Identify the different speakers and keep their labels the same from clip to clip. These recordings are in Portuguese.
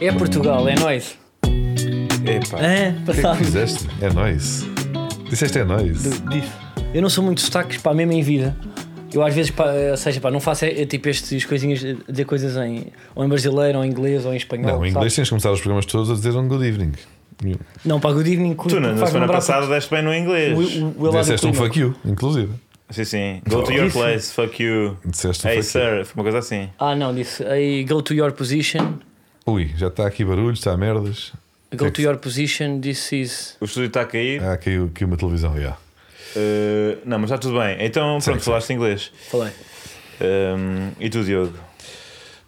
Speaker 1: É Portugal, é nós.
Speaker 2: Epá,
Speaker 1: É,
Speaker 2: o que é que fizeste? É nóis. Disseste é nóis.
Speaker 1: Eu não sou muito de sotaques, pá, mesmo em vida. Eu às vezes, pá, ou seja, pá, não faço é, é, tipo estes coisinhas, de dizer coisas em, ou em brasileiro, ou em inglês, ou em espanhol.
Speaker 2: Não, em inglês
Speaker 1: sabes?
Speaker 2: tens de começar os programas todos a dizer um good evening.
Speaker 1: Não, pá, good evening,
Speaker 3: Tu na, na
Speaker 1: faz-me
Speaker 3: semana
Speaker 1: lembrar
Speaker 3: passada deste bem no
Speaker 1: o-
Speaker 3: inglês.
Speaker 1: o- o Elado
Speaker 2: Disseste um
Speaker 1: Cunha.
Speaker 2: fuck you, inclusive.
Speaker 3: Sim, sim. Go to your
Speaker 1: Isso.
Speaker 3: place, fuck you.
Speaker 2: Disseste um
Speaker 3: Hey
Speaker 2: fuck you.
Speaker 3: sir, foi uma coisa assim.
Speaker 1: Ah, não, disse. Aí, go to your position.
Speaker 2: Ui, já está aqui barulho, está a merdas.
Speaker 1: Go
Speaker 2: Sim.
Speaker 1: to your position, this is.
Speaker 3: O estúdio está a cair.
Speaker 2: Ah, caiu aqui uma televisão, já.
Speaker 3: Uh, não, mas está tudo bem. Então,
Speaker 2: Sim,
Speaker 3: pronto,
Speaker 2: sim.
Speaker 3: falaste inglês.
Speaker 1: Falei.
Speaker 3: Um, e tu, Diogo?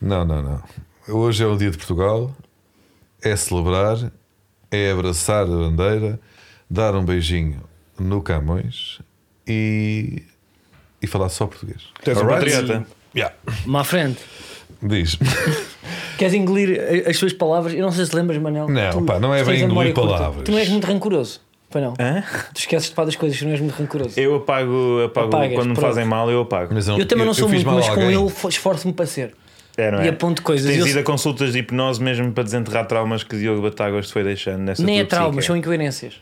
Speaker 2: Não, não, não. Hoje é o dia de Portugal. É celebrar, é abraçar a bandeira, dar um beijinho no Camões e, e falar só português.
Speaker 3: Tu és um
Speaker 2: Alright?
Speaker 3: patriota.
Speaker 2: Yeah.
Speaker 1: Má frente.
Speaker 2: Diz.
Speaker 1: Queres engolir a- as suas palavras? Eu não sei se lembras, Manel.
Speaker 2: Não, pá, não é
Speaker 1: tu
Speaker 2: bem
Speaker 1: tens a
Speaker 2: engolir
Speaker 1: memória curta.
Speaker 2: palavras.
Speaker 1: Tu não és muito rancoroso. Pá, não.
Speaker 3: Hã?
Speaker 1: Tu esqueces de pá das coisas, tu não és muito rancoroso.
Speaker 3: Eu apago, apago
Speaker 1: Apagas,
Speaker 3: quando me
Speaker 1: pronto.
Speaker 3: fazem mal, eu apago.
Speaker 2: Mas
Speaker 1: Eu também não sou
Speaker 2: fiz
Speaker 1: muito,
Speaker 2: mal
Speaker 1: mas
Speaker 2: a
Speaker 1: com
Speaker 2: alguém.
Speaker 1: ele fo- esforço-me para ser.
Speaker 3: É, não é?
Speaker 1: E aponto coisas.
Speaker 3: Tens
Speaker 1: Eu-
Speaker 3: ido a consultas de hipnose mesmo para desenterrar traumas que Diogo Batáguas te foi deixando nessa
Speaker 1: Nem é
Speaker 3: tua psique.
Speaker 1: traumas, são incoerências.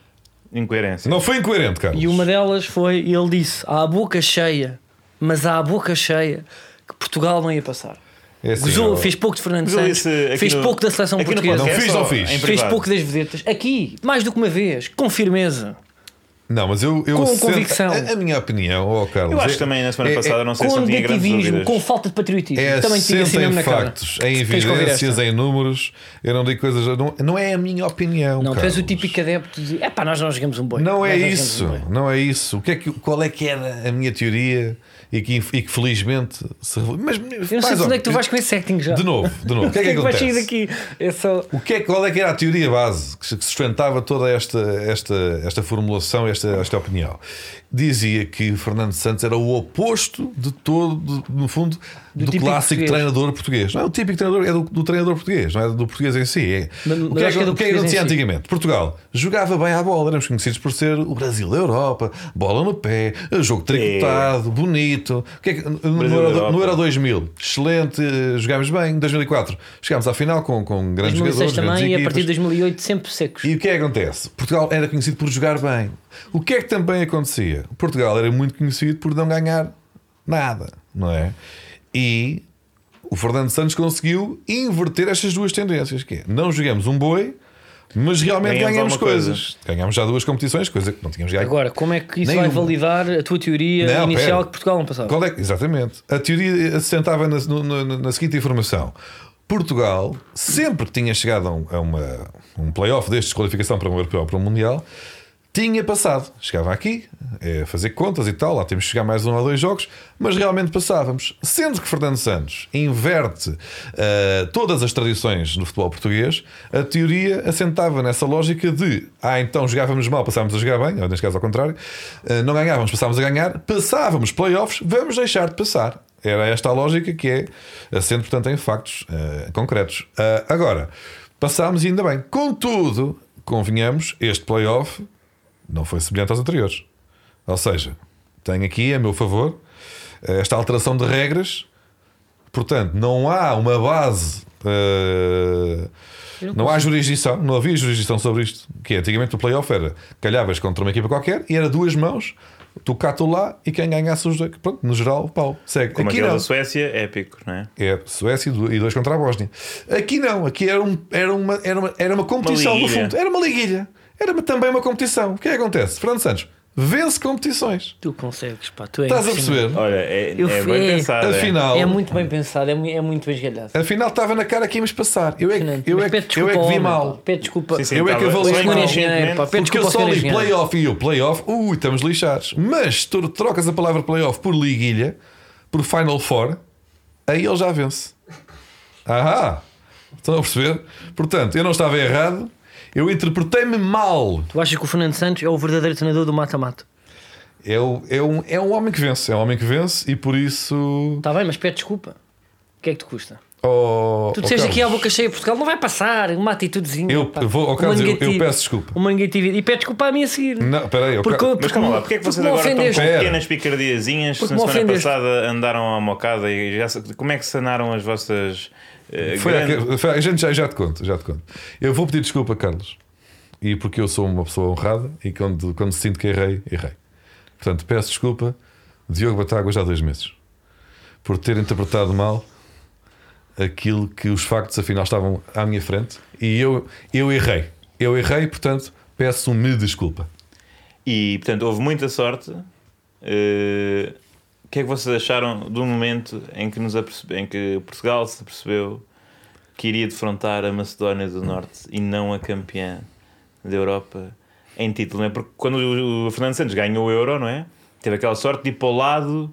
Speaker 3: Incoerência.
Speaker 2: Não foi incoerente, Carlos.
Speaker 1: E uma delas foi, e ele disse: há a boca cheia, mas há a boca cheia que Portugal não ia passar.
Speaker 2: É assim,
Speaker 1: Gozou,
Speaker 2: ó,
Speaker 1: fez pouco de Fernando
Speaker 3: Mas ele
Speaker 1: Santos,
Speaker 3: disse aqui
Speaker 1: fez
Speaker 3: no-
Speaker 1: pouco da seleção
Speaker 3: aqui no
Speaker 1: portuguesa,
Speaker 2: Não
Speaker 3: podcast
Speaker 2: fiz,
Speaker 3: ou
Speaker 2: não fiz.
Speaker 3: em
Speaker 1: fez
Speaker 3: privado?
Speaker 1: pouco das vedetas. Aqui, mais do que uma vez, com firmeza.
Speaker 2: Não, mas eu, eu
Speaker 1: Com
Speaker 2: sento-
Speaker 1: convicção.
Speaker 2: A, a minha opinião, ó Carlos.
Speaker 3: Eu acho
Speaker 2: é-
Speaker 3: que também na semana
Speaker 2: é-
Speaker 3: passada, não sei se
Speaker 1: com
Speaker 3: não tinha grandes
Speaker 1: negativismo,
Speaker 3: dúvidas.
Speaker 1: com falta de patriotismo.
Speaker 2: É
Speaker 1: Também tinha assim
Speaker 2: assenta
Speaker 1: mesmo
Speaker 2: em
Speaker 1: na cara.
Speaker 2: factos, em
Speaker 1: Tens que ouvir
Speaker 2: evidências,
Speaker 1: esta.
Speaker 2: em números. Eu não digo coisas. Não, não é a minha opinião.
Speaker 1: Não, tu és
Speaker 2: Carlos.
Speaker 1: o típico adepto de. É pá, nós não jogamos um boi.
Speaker 2: Não é
Speaker 1: Nós jogamos
Speaker 2: isso,
Speaker 1: um boi."
Speaker 2: não é isso. O que é que, qual é que era a minha teoria e que, inf- e que felizmente se revelou? Mas
Speaker 1: Eu não sei de onde é que tu vais com esse acting já.
Speaker 2: De novo, de novo. O que é que,
Speaker 1: vais Então, sair
Speaker 2: acontece?
Speaker 1: daqui? É só.
Speaker 2: O que é, qual é que era a teoria base que se- que sustentava toda esta, esta, esta formulação, esta, esta opinião? Dizia que Fernando Santos era o oposto de todo, de- no fundo, do,
Speaker 1: típico
Speaker 2: clássico
Speaker 1: português.
Speaker 2: treinador português. Não é o típico treinador, é do, do treinador português, não é do português em si. É-
Speaker 1: Mas-
Speaker 2: o
Speaker 1: mas
Speaker 2: que é
Speaker 1: acho
Speaker 2: que,
Speaker 1: que é do
Speaker 2: o que é
Speaker 1: português
Speaker 2: que
Speaker 1: em
Speaker 2: acontecia
Speaker 1: si.
Speaker 2: antigamente? Portugal jogava bem à bola, éramos conhecidos por ser o Brasil da Europa, bola no pé, jogo tricotado, bonito. O que é que- no,
Speaker 3: Brasil da
Speaker 2: Euro,
Speaker 3: Europa.
Speaker 2: no Euro 2000, excelente, eh, jogámos bem. 2004, chegámos à final com, com grandes
Speaker 1: 2006
Speaker 2: jogadores, grandes
Speaker 1: também e a partir de
Speaker 2: equipas.
Speaker 1: 2008 sempre secos.
Speaker 2: E o que é que acontece? Portugal era conhecido por jogar bem. O que é que também acontecia? Portugal era muito conhecido por não ganhar nada, não é? E o Fernando Santos conseguiu inverter estas duas tendências, que é, não jogamos um boi, mas realmente
Speaker 3: Ganhamos
Speaker 2: ganhamos,
Speaker 3: alguma
Speaker 2: coisas. Ganhamos já duas competições, coisa que não tínhamos ganho.
Speaker 1: Agora, como é que isso
Speaker 2: Nem
Speaker 1: vai
Speaker 2: uma.
Speaker 1: validar a tua teoria
Speaker 2: Não,
Speaker 1: inicial
Speaker 2: pera.
Speaker 1: que Portugal não passava?
Speaker 2: Qual é que- Exatamente. A teoria assentava na, no- no- na seguinte informação: Portugal, sempre que tinha chegado a um, a uma- um playoff destes, qualificação para um europeu ou para um mundial, tinha passado. Chegava aqui, eh, a fazer contas e tal, lá temos que chegar mais um ou dois jogos, mas realmente passávamos. Sendo que Fernando Santos inverte eh, todas as tradições no futebol português, a teoria assentava nessa lógica de ah, então jogávamos mal, passámos a jogar bem, ou neste caso ao contrário, eh, não ganhávamos, passámos a ganhar, passávamos playoffs, vamos deixar de passar. Era esta a lógica que é assente, portanto, em factos eh, concretos. Ah, agora, passámos e ainda bem. Contudo, convenhamos, este playoff não foi semelhante aos anteriores. Ou seja, tenho aqui, a meu favor, eh, esta alteração de regras. Portanto, não há uma base. eh,
Speaker 1: Eu não
Speaker 2: não há jurisdição, não havia jurisdição sobre isto. Que é, antigamente o playoff era calhavas contra uma equipa qualquer e era duas mãos, tu cá, tu lá e quem ganhasse os dois. Pronto, no geral, pau, segue.
Speaker 3: Como é
Speaker 2: aqui
Speaker 3: aquele
Speaker 2: não.
Speaker 3: da Suécia, épico, não é?
Speaker 2: É Suécia e do- e dois contra a Bósnia. Aqui não, aqui era, um- era uma, era uma, era uma competição no
Speaker 3: liguilha.
Speaker 2: fundo. Era uma liguilha. Era uma- também uma competição. O que é que acontece? Fernando Santos vence competições.
Speaker 1: Tu consegues, pá, tu és.
Speaker 2: Estás a perceber?
Speaker 3: Olha, é,
Speaker 1: Eu
Speaker 3: é
Speaker 1: fui-
Speaker 3: bem pensado. é.
Speaker 2: Afinal,
Speaker 1: É muito bem pensado, é, mu- é muito bem esgalhado.
Speaker 2: afinal estava na cara que íamos passar. Eu é, que- eu
Speaker 1: Mas
Speaker 2: é,
Speaker 1: pede
Speaker 2: que- eu é
Speaker 1: desculpa ao
Speaker 2: que vi
Speaker 1: homem,
Speaker 2: mal.
Speaker 1: pá. Pede desculpa.
Speaker 3: Sim, sim,
Speaker 2: Eu é que
Speaker 3: estava-
Speaker 2: avalio
Speaker 3: só
Speaker 2: mal.
Speaker 3: inconscientemente.
Speaker 1: Pá, pede
Speaker 2: Porque eu
Speaker 1: desculpa
Speaker 2: só
Speaker 1: ao
Speaker 2: li
Speaker 1: senhor engenheiro.
Speaker 2: playoff e eu playoff, ui, estamos lixados. Mas tu trocas a palavra playoff por liguilha, por Final Four, aí ele já vence. Ahá! Estão a perceber? Portanto, eu não estava errado, eu interpretei-me mal.
Speaker 1: Tu achas que o Fernando Santos é o verdadeiro treinador do mata-mata?
Speaker 2: É, o- é um, é um homem que vence, é um homem que vence e por isso.
Speaker 1: Está Tá bem, mas pede desculpa. O que é que te custa?
Speaker 2: Oh,
Speaker 1: Tu
Speaker 2: oh,
Speaker 1: disseste aqui à
Speaker 2: Carlos,
Speaker 1: boca cheia Portugal, não vai passar, uma atitudezinha.
Speaker 2: Eu-
Speaker 1: pá.
Speaker 2: eu vou- ó,
Speaker 1: Uma
Speaker 2: Carlos, eu- eu
Speaker 1: negativa-
Speaker 2: peço desculpa.
Speaker 1: Uma negatividade. E pede desculpa a mim a seguir.
Speaker 2: Não, espera aí, oh,
Speaker 1: Porque,
Speaker 2: Carlos,
Speaker 3: Mas calma lá, porque é que vocês agora estão com
Speaker 2: Pera.
Speaker 3: pequenas picardiazinhas se
Speaker 1: Porque
Speaker 3: na
Speaker 1: me
Speaker 3: semana
Speaker 1: ofendeste.
Speaker 3: passada andaram à mocada e já se- como é que sanaram as vossas eh,
Speaker 2: Foi
Speaker 3: grande.
Speaker 2: aquele- foi- a gente já, já te conto, já te conto. Eu vou pedir desculpa, Carlos, e porque eu sou uma pessoa honrada e quando, quando sinto que errei, errei. Portanto, peço desculpa, Diogo Batáguas, há dois meses, por ter interpretado mal aquilo que os factos afinal estavam à minha frente e eu, eu errei. Eu errei, portanto, peço-me desculpa.
Speaker 3: E portanto, houve muita sorte. Eh, o que é que vocês acharam do momento em que, nos apercebe- em que Portugal se percebeu que iria defrontar a Macedónia do Norte e não a campeã da Europa em título? Não é? Porque quando o o Fernando Santos ganhou o Euro, não é? Teve aquela sorte de ir para o lado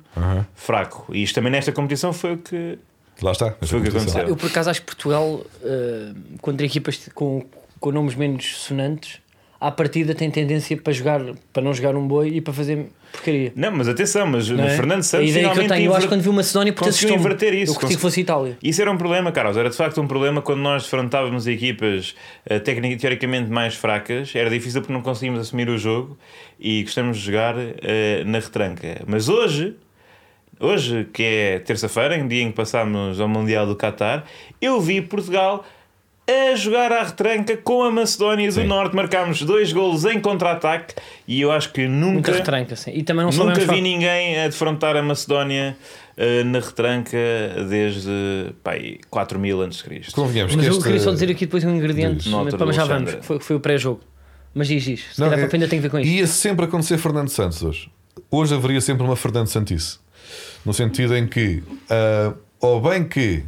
Speaker 3: fraco. E isto também nesta competição foi o que.
Speaker 2: Lá está.
Speaker 3: Foi o que aconteceu.
Speaker 1: Eu por acaso acho que Portugal, eh, contra equipas com, com nomes menos sonantes, à partida tem tendência para jogar, para não jogar um boi e para fazer porcaria.
Speaker 3: Não, mas atenção, mas
Speaker 1: não
Speaker 3: o
Speaker 1: é?
Speaker 3: Fernando Santos
Speaker 1: A ideia que eu
Speaker 3: finalmente
Speaker 1: tenho, eu acho
Speaker 3: inver-
Speaker 1: que quando vi o Macedónia, porque
Speaker 3: conseguiu
Speaker 1: assustou-me.
Speaker 3: inverter isso,
Speaker 1: um- Eu curti
Speaker 3: consegui-
Speaker 1: que fosse Itália.
Speaker 3: Isso era um problema, Carlos. Era de facto um problema quando nós defrontávamos equipas eh, tecni- teoricamente mais fracas. Era difícil porque não conseguíamos assumir o jogo e gostamos de jogar eh, na retranca. Mas hoje, hoje que é terça-feira, em dia em que passámos ao Mundial do Qatar, eu vi Portugal a jogar à retranca com a Macedónia do Norte. Marcámos dois golos em contra-ataque e eu acho que
Speaker 1: Muita
Speaker 3: nunca.
Speaker 1: retranca, assim. E também não
Speaker 3: Nunca
Speaker 1: soubemos
Speaker 3: vi
Speaker 1: falar-
Speaker 3: ninguém a defrontar a Macedónia eh, na retranca desde pai, 4 mil antes de Cristo.
Speaker 2: Convenhamos
Speaker 1: Mas
Speaker 2: que
Speaker 1: eu
Speaker 2: este...
Speaker 1: queria só dizer aqui depois um ingrediente,
Speaker 2: Diz.
Speaker 1: mas,
Speaker 3: eh, Nota
Speaker 1: pá, mas
Speaker 3: do
Speaker 1: já vamos,
Speaker 3: Alexandre.
Speaker 1: foi, foi o pré-jogo. Mas diz, diz. Se
Speaker 2: Não,
Speaker 1: calhar
Speaker 2: é-
Speaker 1: para ainda tem a ver com isto.
Speaker 2: Ia sempre acontecer Fernando Santos hoje. Hoje haveria sempre uma Fernando Santice. No sentido em que, ah, ou bem que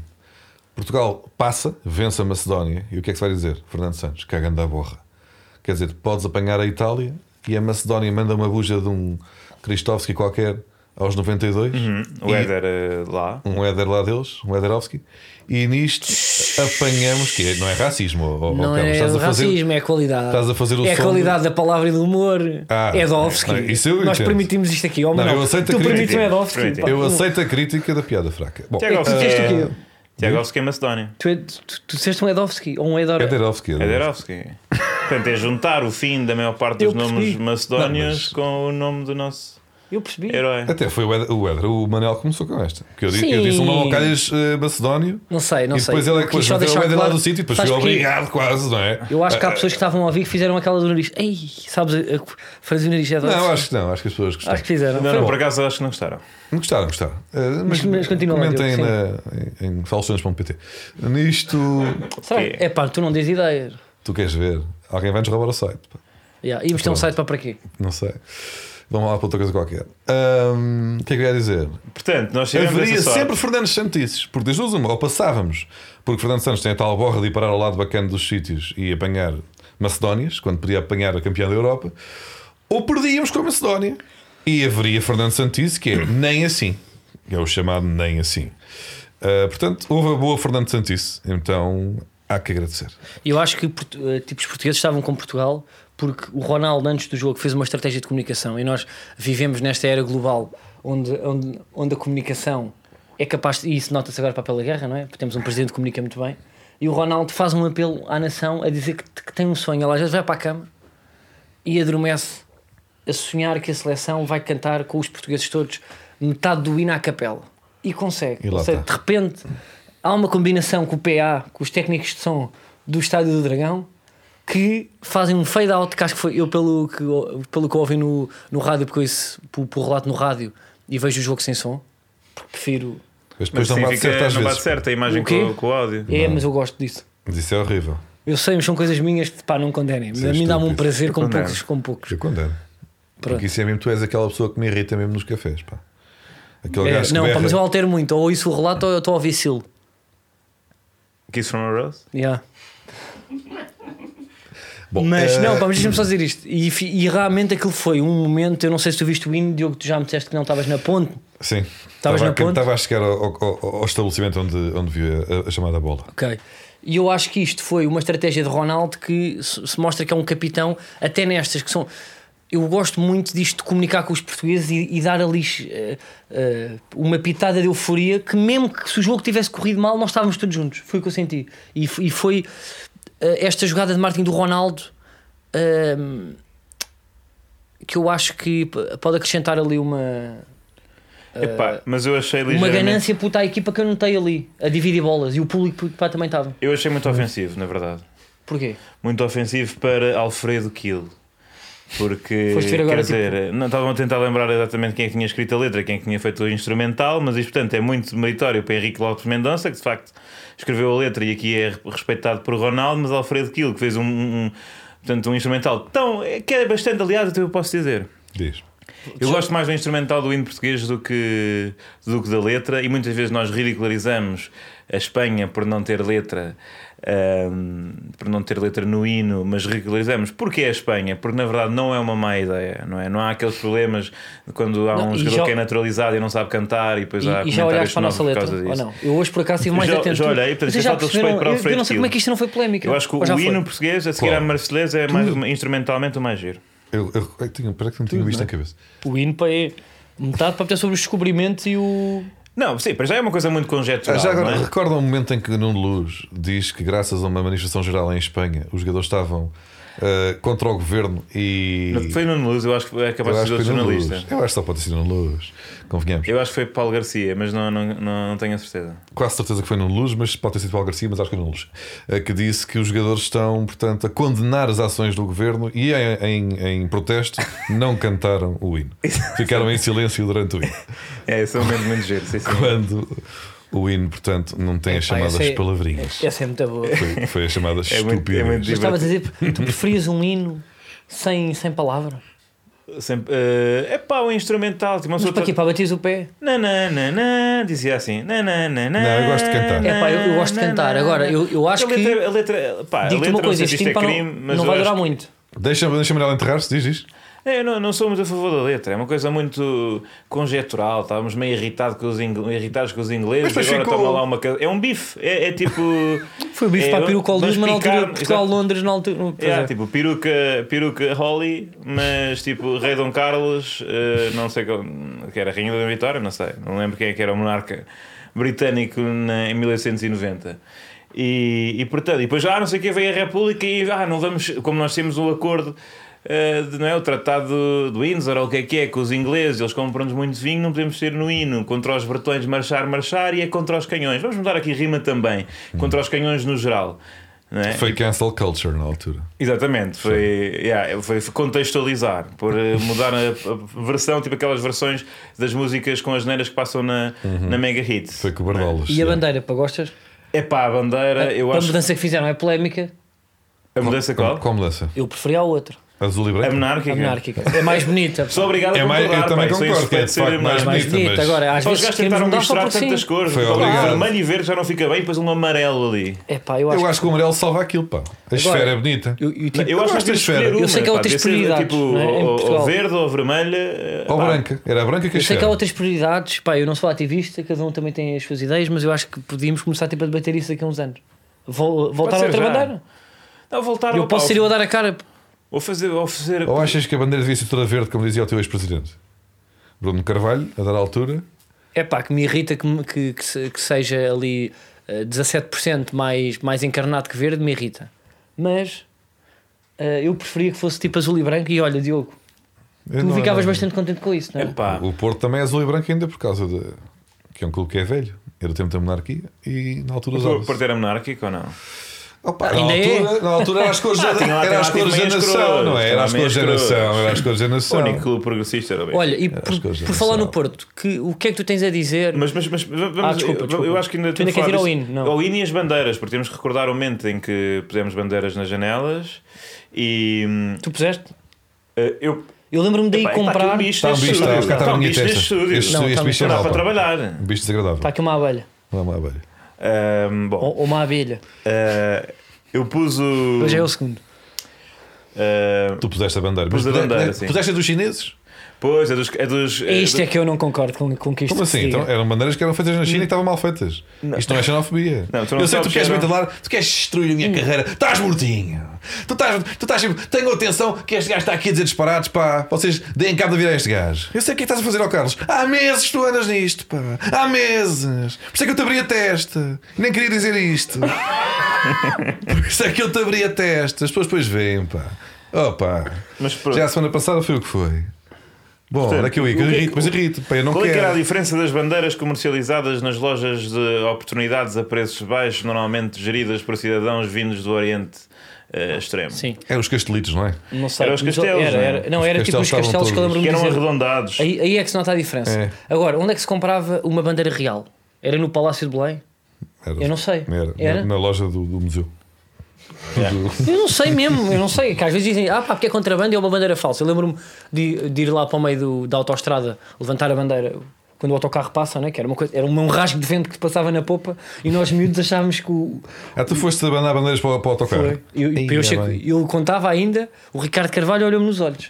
Speaker 2: Portugal passa, vence a Macedónia, e o que é que se vai dizer? Fernando Santos, cagando a borra. Quer dizer, podes apanhar a Itália e a Macedónia manda uma buja de um Kristofsky qualquer aos 92.
Speaker 1: Uhum.
Speaker 3: Hum, O
Speaker 2: e-
Speaker 3: Éder eh, lá.
Speaker 2: um Éder lá deles, um Éderovski, e nisto apanhamos, que não é racismo, ó- ó
Speaker 1: Não
Speaker 2: Carlos,
Speaker 1: é
Speaker 2: estás a fazer-
Speaker 1: racismo, é a qualidade.
Speaker 2: estás a fazer o
Speaker 1: é a
Speaker 2: som
Speaker 1: qualidade da palavra e do humor.
Speaker 2: Ah,
Speaker 1: é Dovski.
Speaker 2: não, isso eu
Speaker 1: Nós
Speaker 2: entendo.
Speaker 1: permitimos isto aqui. Oh,
Speaker 2: Não,
Speaker 1: Manuel,
Speaker 2: eu aceito a
Speaker 1: tu
Speaker 2: crítica.
Speaker 1: permites o Edovski.
Speaker 3: Permito.
Speaker 1: pá.
Speaker 2: Eu aceito a crítica da piada fraca. Bom,
Speaker 3: Tiago
Speaker 1: tu disseste
Speaker 3: eh,
Speaker 1: aqui-
Speaker 3: Tiagovski é Macedónia.
Speaker 1: Tu, é- tu, tu disseste um Edovski ou um Edor.
Speaker 2: Kaderovski.
Speaker 3: Éderovski. Portanto, é juntar o fim da maior parte
Speaker 1: Eu
Speaker 3: dos nomes
Speaker 1: percebi.
Speaker 3: macedónios
Speaker 2: Não, mas- Então,
Speaker 3: com o nome do nosso
Speaker 1: Eu percebi.
Speaker 3: herói.
Speaker 2: É. Até foi o Éder, o Éder, o Manel começou com esta. Que eu, di-
Speaker 1: Sim.
Speaker 2: eu disse um nome calhas eh, macedónio
Speaker 1: Não sei, não
Speaker 2: e
Speaker 1: sei.
Speaker 2: depois ele é que
Speaker 1: Quis
Speaker 2: pôs
Speaker 1: só
Speaker 2: o
Speaker 1: deixar
Speaker 2: Éder lá
Speaker 1: claro.
Speaker 2: do sítio e depois
Speaker 1: Sabes
Speaker 2: foi
Speaker 1: porquê?
Speaker 2: obrigado quase, não é?
Speaker 1: Eu acho que há pessoas que estavam a ouvir que fizeram aquela do nariz. Ei, sabes a, a frase do nariz é Dovski?
Speaker 2: Eh, Não, acho que não, acho que as pessoas gostaram.
Speaker 1: Acho que fizeram.
Speaker 3: Não,
Speaker 1: Foi
Speaker 3: não,
Speaker 1: bom.
Speaker 3: por acaso acho que não gostaram.
Speaker 2: Não Gostaram, gostaram. Eh,
Speaker 1: Mas- mas continua,
Speaker 2: comentem
Speaker 1: Diogo,
Speaker 2: na, em, em falsões.pt. Nisto,
Speaker 1: Será que- É pá, tu não dês ideias.
Speaker 2: tu queres ver? Alguém vai nos roubar o site. pá.
Speaker 1: Yeah. Íamos ter um site para para quê?
Speaker 2: Não sei. Vamos lá para outra coisa qualquer. Ahm, O que é que eu ia dizer?
Speaker 3: Portanto, nós tivemos
Speaker 2: Haveria
Speaker 3: essa sorte.
Speaker 2: sempre Fernando Santices, porque das duas uma, ou passávamos, porque Fernando Santos tem a tal borra de ir parar ao lado bacana dos sítios e apanhar Macedónias, quando podia apanhar a campeã da Europa, ou perdíamos com a Macedónia. E haveria Fernando Santice, que é nem assim. É o chamado nem assim. Ah, portanto, houve a boa Fernando Santice, então há que agradecer.
Speaker 1: Eu acho que portu- eh, tipo, os portugueses estavam com Portugal porque o Ronaldo, antes do jogo, fez uma estratégia de comunicação e nós vivemos nesta era global onde, onde, onde a comunicação é capaz, de, e isso nota-se agora para pela guerra, não é? Porque temos um presidente que comunica muito bem. E o Ronaldo faz um apelo à nação a dizer que, que tem um sonho. Ela às vezes vai para a cama e adormece a sonhar que a seleção vai cantar com os portugueses todos metade do hino à capela. E consegue.
Speaker 2: E lá
Speaker 1: Ou seja,
Speaker 2: está.
Speaker 1: de repente há uma combinação com o PA, com os técnicos de som do Estádio do Dragão, que fazem um fade-out, que acho que foi eu pelo que, pelo que eu ouvi no, no rádio, porque eu isso, por, por relato no rádio, e vejo o jogo sem som, porque prefiro...
Speaker 2: Mas depois
Speaker 3: Mas
Speaker 2: não
Speaker 3: sim,
Speaker 2: bate
Speaker 3: fica-
Speaker 2: certo às
Speaker 3: não bate
Speaker 2: vezes.
Speaker 3: certo a imagem
Speaker 1: O quê?
Speaker 3: com, com o áudio.
Speaker 1: É, mas eu gosto disso.
Speaker 2: Mas isso é horrível.
Speaker 1: Eu sei, mas são coisas minhas que pá, não condenem. Mas
Speaker 2: Sim,
Speaker 1: a mim dá-me um
Speaker 2: é estúpido.
Speaker 1: prazer com
Speaker 3: Condeno.
Speaker 1: poucos, com poucos.
Speaker 2: Eu condeno.
Speaker 1: Pronto.
Speaker 2: Porque isso é mesmo, tu és aquela pessoa que me irrita mesmo nos cafés, pá. Aquele
Speaker 1: É,
Speaker 2: gajo
Speaker 1: não, pá,
Speaker 2: que berra.
Speaker 1: mas eu altero muito. Ou isso o relato ou eu estou a ouvir Silo.
Speaker 3: Kiss from a Rose.
Speaker 1: Yeah.
Speaker 2: Bom,
Speaker 1: mas
Speaker 2: eh,
Speaker 1: não, pá, mas deixa-me só dizer isto. E, fi- e realmente aquilo foi um momento. Eu não sei se tu viste o hino, Diogo, tu já me disseste que não estavas na ponte.
Speaker 2: Sim.
Speaker 1: Estavas
Speaker 2: Estava
Speaker 1: na
Speaker 2: a-
Speaker 1: ponte?
Speaker 2: Estava a chegar ao, ao- ao- ao estabelecimento onde, onde vi a, a chamada bola.
Speaker 1: Ok. E eu acho que isto foi uma estratégia de Ronaldo que se se mostra que é um capitão, até nestas que são. Eu gosto muito disto de comunicar com os portugueses e, e dar ali eh, eh, uma pitada de euforia que, mesmo que se o jogo tivesse corrido mal, nós estávamos todos juntos. Foi o que eu senti. E, f- e foi eh, esta jogada de Martin do Ronaldo eh, ehm, que eu acho que p- pode acrescentar ali uma.
Speaker 3: Epá, mas eu achei
Speaker 1: uma
Speaker 3: ligeiramente...
Speaker 1: ganância puta à equipa que eu notei ali, a dividir bolas. E o público pá, também estava.
Speaker 3: Eu achei muito ofensivo, na verdade.
Speaker 1: Porquê?
Speaker 3: Muito ofensivo para Alfredo Kill. Porque,
Speaker 1: Foste ver agora, tipo-
Speaker 3: quer dizer, não estavam a tentar lembrar exatamente quem é que tinha escrito a letra, quem é que tinha feito o instrumental, mas isto, portanto, é muito meritório para Henrique Lopes Mendonça, que de facto escreveu a letra e aqui é respeitado por Ronaldo, mas Alfredo Kill, que fez um, um, portanto, um instrumental tão, que é bastante aliado, então eu posso dizer.
Speaker 2: Diz.
Speaker 3: Eu gosto mais do instrumental do hino português do que, do que da letra, e muitas vezes nós ridicularizamos a Espanha por não ter letra, ahm, por não ter letra no hino, mas ridicularizamos porque é a Espanha, porque na verdade não é uma má ideia, não é? Não há aqueles problemas de quando há
Speaker 1: Não,
Speaker 3: um
Speaker 1: e
Speaker 3: jogador
Speaker 1: já-
Speaker 3: que é naturalizado e não sabe cantar, e depois há
Speaker 1: E, e já olhaste
Speaker 3: comentários
Speaker 1: para a nossa
Speaker 3: novos por
Speaker 1: letra?
Speaker 3: causa
Speaker 1: Ou
Speaker 3: disso.
Speaker 1: não? Eu hoje por acaso estive mais
Speaker 3: já-
Speaker 1: atento.
Speaker 3: já olhei, portanto,
Speaker 1: Vocês
Speaker 3: isto é
Speaker 1: já
Speaker 3: falta de respeito
Speaker 1: perceberam?
Speaker 3: para
Speaker 1: eu,
Speaker 3: Alfredo
Speaker 1: eu não sei
Speaker 3: Gil.
Speaker 1: como é que isto não foi polémica.
Speaker 3: Eu acho que
Speaker 1: Ou já
Speaker 3: o
Speaker 1: foi?
Speaker 3: hino português, a seguir
Speaker 2: Qual?
Speaker 3: à marcelesa, é mais
Speaker 2: Tudo.
Speaker 3: uma- instrumentalmente o mais giro.
Speaker 2: Eu, eu, eu tinha, parece que não tinha visto na cabeça.
Speaker 1: O hino para é metade para ter sobre os descobrimentos e o.
Speaker 3: Não, sim, para já é uma coisa muito conjectural.
Speaker 2: Tá, Já agora,
Speaker 3: não é?
Speaker 2: recorda o momento em que Nuno Luz diz que, graças a uma manifestação geral em Espanha, os jogadores estavam ah, contra o governo e.
Speaker 3: Foi Nuno Luz, eu acho que é
Speaker 2: eu
Speaker 3: capaz de
Speaker 2: acho que
Speaker 3: ser outro
Speaker 2: foi Nuno Luz.
Speaker 3: jornalista.
Speaker 2: Eu acho que só pode ser Nuno Luz. Convenhamos.
Speaker 3: Eu acho que foi Paulo Garcia, mas não, não, não, não tenho a certeza.
Speaker 2: Quase certeza que foi Nuno Luz, mas pode ter sido Paulo Garcia, mas acho que foi Nuno Luz. ah, que disse que os jogadores estão, portanto, a condenar as ações do governo e, em, em- em protesto, não cantaram o hino. Ficaram em silêncio durante o hino.
Speaker 3: É, esse é um momento muito giro. Sim, sim.
Speaker 2: Quando o hino, portanto, não tem as
Speaker 1: Epá,
Speaker 2: chamadas
Speaker 1: essa é-
Speaker 2: palavrinhas.
Speaker 1: Essa é muito boa.
Speaker 2: Foi, foi as chamadas
Speaker 3: É muito- é
Speaker 2: estúpidas.
Speaker 3: muito
Speaker 1: Mas estavas a dizer, tu preferias um hino sem, sem palavra?
Speaker 3: Sempre, eh, é pá, o instrumental. Tinha uma
Speaker 1: Mas
Speaker 3: pessoa
Speaker 1: para aqui,
Speaker 3: que
Speaker 1: para bateres o pé?
Speaker 3: nananana, dizia assim. Nananana,
Speaker 2: Não, eu gosto de cantar.
Speaker 1: É pá, eu- eu gosto de cantar. Agora, eu- eu acho
Speaker 3: a letra,
Speaker 1: que-
Speaker 3: A letra, pá, a
Speaker 1: Digo-te
Speaker 3: letra
Speaker 1: uma coisa,
Speaker 3: não sei se
Speaker 1: este
Speaker 3: isto é
Speaker 1: hino para
Speaker 3: crime,
Speaker 1: não,
Speaker 3: mas
Speaker 1: não
Speaker 3: eu
Speaker 1: vai durar
Speaker 3: acho-
Speaker 1: muito.
Speaker 2: Deixa-me deixa ela enterrar-se, diz isto.
Speaker 3: É, Eu não, não sou muito a favor da letra, é uma coisa muito conjectural. Estávamos meio irritado com os ingle- irritados com os ingleses.
Speaker 2: Mas
Speaker 3: e agora
Speaker 2: ficou-
Speaker 3: toma lá uma casa. É um bife, é, é tipo.
Speaker 1: Foi o bife
Speaker 3: é,
Speaker 1: para a peruca ao
Speaker 3: vamos
Speaker 1: Luz, mas na altura
Speaker 3: picar- exato.
Speaker 1: Portugal-Londres na altura.
Speaker 3: É, tipo, peruca, peruca Holly, mas tipo, Rei Dom Carlos, eh, não sei qual, que era Rainha da Vitória, não sei, não lembro quem é que era o monarca britânico na- em 1890. E, e portanto, e depois, ah, não sei o que, veio a República e, ah, não vamos, como nós temos um acordo. eh, de- não é, o tratado de Windsor ou o que é que é com os ingleses, eles compram-nos muito vinho não podemos ser no hino, contra os bretões marchar, marchar e é contra os canhões vamos mudar aqui rima também, contra os canhões no geral não é?
Speaker 2: Foi cancel culture na altura.
Speaker 3: Exatamente, foi, yeah, foi contextualizar, por eh, mudar a, a versão, tipo aquelas versões das músicas com as neiras que passam na,
Speaker 1: Uhum.
Speaker 3: na Mega Hits.
Speaker 2: Foi com o Bardolas.
Speaker 1: E a bandeira, para gostas?
Speaker 3: É pá, a bandeira, eu
Speaker 1: a
Speaker 3: acho.
Speaker 1: mudança que fizeram é polémica,
Speaker 3: A mudança qual?
Speaker 2: Qual mudança?
Speaker 1: eu preferia a outra,
Speaker 2: Azul e
Speaker 3: A
Speaker 2: branco?
Speaker 1: a
Speaker 3: monárquica.
Speaker 1: monárquica. É mais bonita. pá.
Speaker 3: Sou obrigado a
Speaker 2: É mais- eu
Speaker 3: concordar,
Speaker 2: também
Speaker 3: pá, isso é
Speaker 2: concordo,
Speaker 3: insuspeito
Speaker 2: é de facto
Speaker 3: ser
Speaker 2: mais
Speaker 3: humano.
Speaker 1: mais
Speaker 2: bonita,
Speaker 1: bonita.
Speaker 2: mas-
Speaker 1: Agora, às
Speaker 3: Só os
Speaker 1: vezes
Speaker 3: gajos
Speaker 1: queremos
Speaker 3: tentaram
Speaker 1: mudar só
Speaker 3: misturar
Speaker 1: porque
Speaker 3: tantas
Speaker 1: sim.
Speaker 3: cores,
Speaker 2: Foi
Speaker 3: tipo,
Speaker 2: obrigado.
Speaker 3: vermelho e verde já não fica bem, depois um amarelo ali.
Speaker 1: É pá, eu acho.
Speaker 2: Eu acho que o amarelo salva aquilo, pá. A esfera é bonita.
Speaker 1: eu- eu, tipo,
Speaker 3: Eu, acho que
Speaker 2: gosto da
Speaker 3: temos que escolher
Speaker 2: esfera.
Speaker 3: uma,
Speaker 1: Eu sei que há
Speaker 3: pá,
Speaker 1: outras
Speaker 3: devia ser,
Speaker 1: prioridades,
Speaker 3: Tipo,
Speaker 1: não é? Em
Speaker 3: ou- ou,
Speaker 1: Portugal.
Speaker 3: verde ou vermelha. eh,
Speaker 2: Ou
Speaker 3: pá,
Speaker 2: branca. Era a branca que a
Speaker 1: Eu sei que há
Speaker 2: esfera.
Speaker 1: outras prioridades, pá, eu não sou ativista, cada um também tem as suas ideias, mas eu acho que podíamos começar tipo, a debater isso daqui a uns anos. Vol- voltar
Speaker 3: ser
Speaker 1: a outra
Speaker 3: já. é.
Speaker 1: bandeira?
Speaker 3: Não, voltar
Speaker 1: Eu
Speaker 3: ao-
Speaker 1: posso ser eu a dar a cara.
Speaker 3: Ou fazer. Ou fazer
Speaker 2: Ou achas que a bandeira devia ser toda verde, como dizia o teu ex-presidente? Bruno Carvalho, a dar altura.
Speaker 1: É pá, que me irrita que, me- que, que se- que seja ali eh, 17% mais, mais encarnado que verde, me irrita. Mas eh, eu preferia que fosse tipo azul e branco. E olha, Diogo,
Speaker 2: Eu
Speaker 1: tu
Speaker 2: não-
Speaker 1: ficavas
Speaker 2: não-
Speaker 1: bastante contente com isso, não é?
Speaker 3: Epá.
Speaker 2: O Porto também é azul e branco ainda por causa de. que é um clube que é velho. Era o tempo da monarquia e na altura
Speaker 3: Por,
Speaker 2: usava.
Speaker 3: por ter a monárquica ou não?
Speaker 2: Opa, na,
Speaker 1: Ainda é.
Speaker 2: altura, na altura era as cores da,
Speaker 3: tinha lá-
Speaker 2: era
Speaker 3: tinha
Speaker 2: as
Speaker 3: lá
Speaker 2: cores da
Speaker 3: tipo meias
Speaker 2: nação,
Speaker 3: coroas,
Speaker 2: não é?
Speaker 3: tinha
Speaker 2: Era
Speaker 3: lá
Speaker 2: as cores da
Speaker 3: meias
Speaker 2: nação,
Speaker 3: coroas.
Speaker 2: era as cores da
Speaker 3: O
Speaker 2: nação.
Speaker 3: único clube progressista era bem.
Speaker 1: Olha, e
Speaker 2: As
Speaker 1: por,
Speaker 2: coisas
Speaker 1: por falar
Speaker 2: são.
Speaker 1: no Porto, que, o que é que tu tens a dizer?
Speaker 3: Mas, mas, mas vamos,
Speaker 1: Ah, desculpa,
Speaker 3: eu- eu
Speaker 1: desculpa.
Speaker 3: acho que ainda
Speaker 1: Tu ainda
Speaker 3: temos de
Speaker 1: queres
Speaker 3: falar
Speaker 1: ir ao
Speaker 3: disso.
Speaker 1: hino, não.
Speaker 3: Ao hino e as bandeiras, porque temos que recordar o momento em que pusemos bandeiras nas janelas e hum,
Speaker 1: Tu puseste?
Speaker 3: eh, eu
Speaker 1: Eu lembro-me de ir
Speaker 3: Pá, é que Está aqui um
Speaker 1: comprar. Tá
Speaker 3: bicho
Speaker 2: Está um
Speaker 3: neste
Speaker 2: bicho, está,
Speaker 3: estúdio.
Speaker 2: cá está
Speaker 3: Está
Speaker 2: na
Speaker 3: um
Speaker 2: minha
Speaker 3: bicho neste
Speaker 2: testa.
Speaker 3: estúdio.
Speaker 2: Este,
Speaker 1: Não,
Speaker 2: este
Speaker 1: está- um
Speaker 2: bicho é
Speaker 3: Não dá
Speaker 2: mau,
Speaker 3: para
Speaker 2: pá.
Speaker 3: trabalhar.
Speaker 2: Um bicho desagradável.
Speaker 1: Está Tá aqui uma abelha.
Speaker 2: Não é uma abelha.
Speaker 3: Ahm, bom,
Speaker 1: Ou, ou uma abelha.
Speaker 3: eh, eu pus o.
Speaker 1: Hoje é o segundo.
Speaker 3: eh,
Speaker 2: Tu puseste a bandeira.
Speaker 3: Pus
Speaker 2: mas
Speaker 3: a bandeira,
Speaker 2: pude-
Speaker 3: sim.
Speaker 2: Puseste a dos chineses?
Speaker 3: pois, é dos. É dos é
Speaker 1: Isto
Speaker 3: do-
Speaker 1: é que eu não concordo com, com que isto
Speaker 2: Como
Speaker 1: se
Speaker 2: assim?
Speaker 1: diga.
Speaker 2: Então, eram bandeiras que eram feitas na China e que estavam mal feitas. Isto não é xenofobia.
Speaker 3: Não, tu não
Speaker 2: eu sei que
Speaker 3: sabes
Speaker 2: tu queres
Speaker 3: que Hum. eram-
Speaker 2: ventilar, tu queres destruir a minha carreira. Estás mortinho. Tu estás, tu estás sempre. Tenho atenção que este gajo está aqui a dizer disparados, pá. Vocês deem cabo de virar este gajo. Eu sei o que é que estás a fazer ao Carlos. Há meses tu andas nisto, pá. Há meses. Por isso é que eu te abri a testa. Nem queria dizer isto. Por isso é que eu te abri a testa. As pessoas depois veem, pá. Oh, pá.
Speaker 3: Mas pronto.
Speaker 2: Já a semana passada foi o que foi. Bom,
Speaker 3: Portanto,
Speaker 2: daqui eu ia, que eu
Speaker 3: o que é
Speaker 2: irrito,
Speaker 3: que-
Speaker 2: mas irrito. Pá, eu não
Speaker 3: Qual é que era a
Speaker 2: quero.
Speaker 3: diferença das bandeiras comercializadas nas lojas de oportunidades a preços baixos, normalmente geridas por cidadãos vindos do Oriente eh, Extremo?
Speaker 1: Sim,
Speaker 2: É os castelitos, não é?
Speaker 1: não sei.
Speaker 3: Era os
Speaker 1: mas
Speaker 3: castelos,
Speaker 1: Era,
Speaker 3: não é?
Speaker 1: era- não,
Speaker 2: Os
Speaker 1: era tipo
Speaker 2: castelos
Speaker 1: os
Speaker 2: estavam
Speaker 1: castelos que eu
Speaker 2: todos.
Speaker 1: lembro-me
Speaker 3: Que
Speaker 1: de
Speaker 3: eram
Speaker 1: dizer.
Speaker 3: arredondados.
Speaker 1: Aí, aí é que se nota a diferença.
Speaker 2: É.
Speaker 1: Agora, onde é que se comprava uma bandeira real? Era no Palácio de Belém?
Speaker 2: Era-
Speaker 1: Eu não sei.
Speaker 2: Era, na-
Speaker 1: Era?
Speaker 2: Na, loja do, do museu.
Speaker 1: Eu não sei mesmo, eu não sei. Que às vezes dizem, ah pá, porque é contrabando e é uma bandeira falsa. Eu lembro-me de, de ir lá para o meio do- da autoestrada levantar a bandeira quando o autocarro passa, né? que era, uma coisa, era um rasgo de vento que passava na popa e nós miúdos achávamos que o.
Speaker 2: Ah, tu foste a mandar bandeiras para, o- para o autocarro.
Speaker 1: Foi. Eu,
Speaker 2: Ei,
Speaker 1: eu,
Speaker 2: é
Speaker 1: chego-
Speaker 2: bem.
Speaker 1: eu contava ainda, o Ricardo Carvalho olhou-me nos olhos.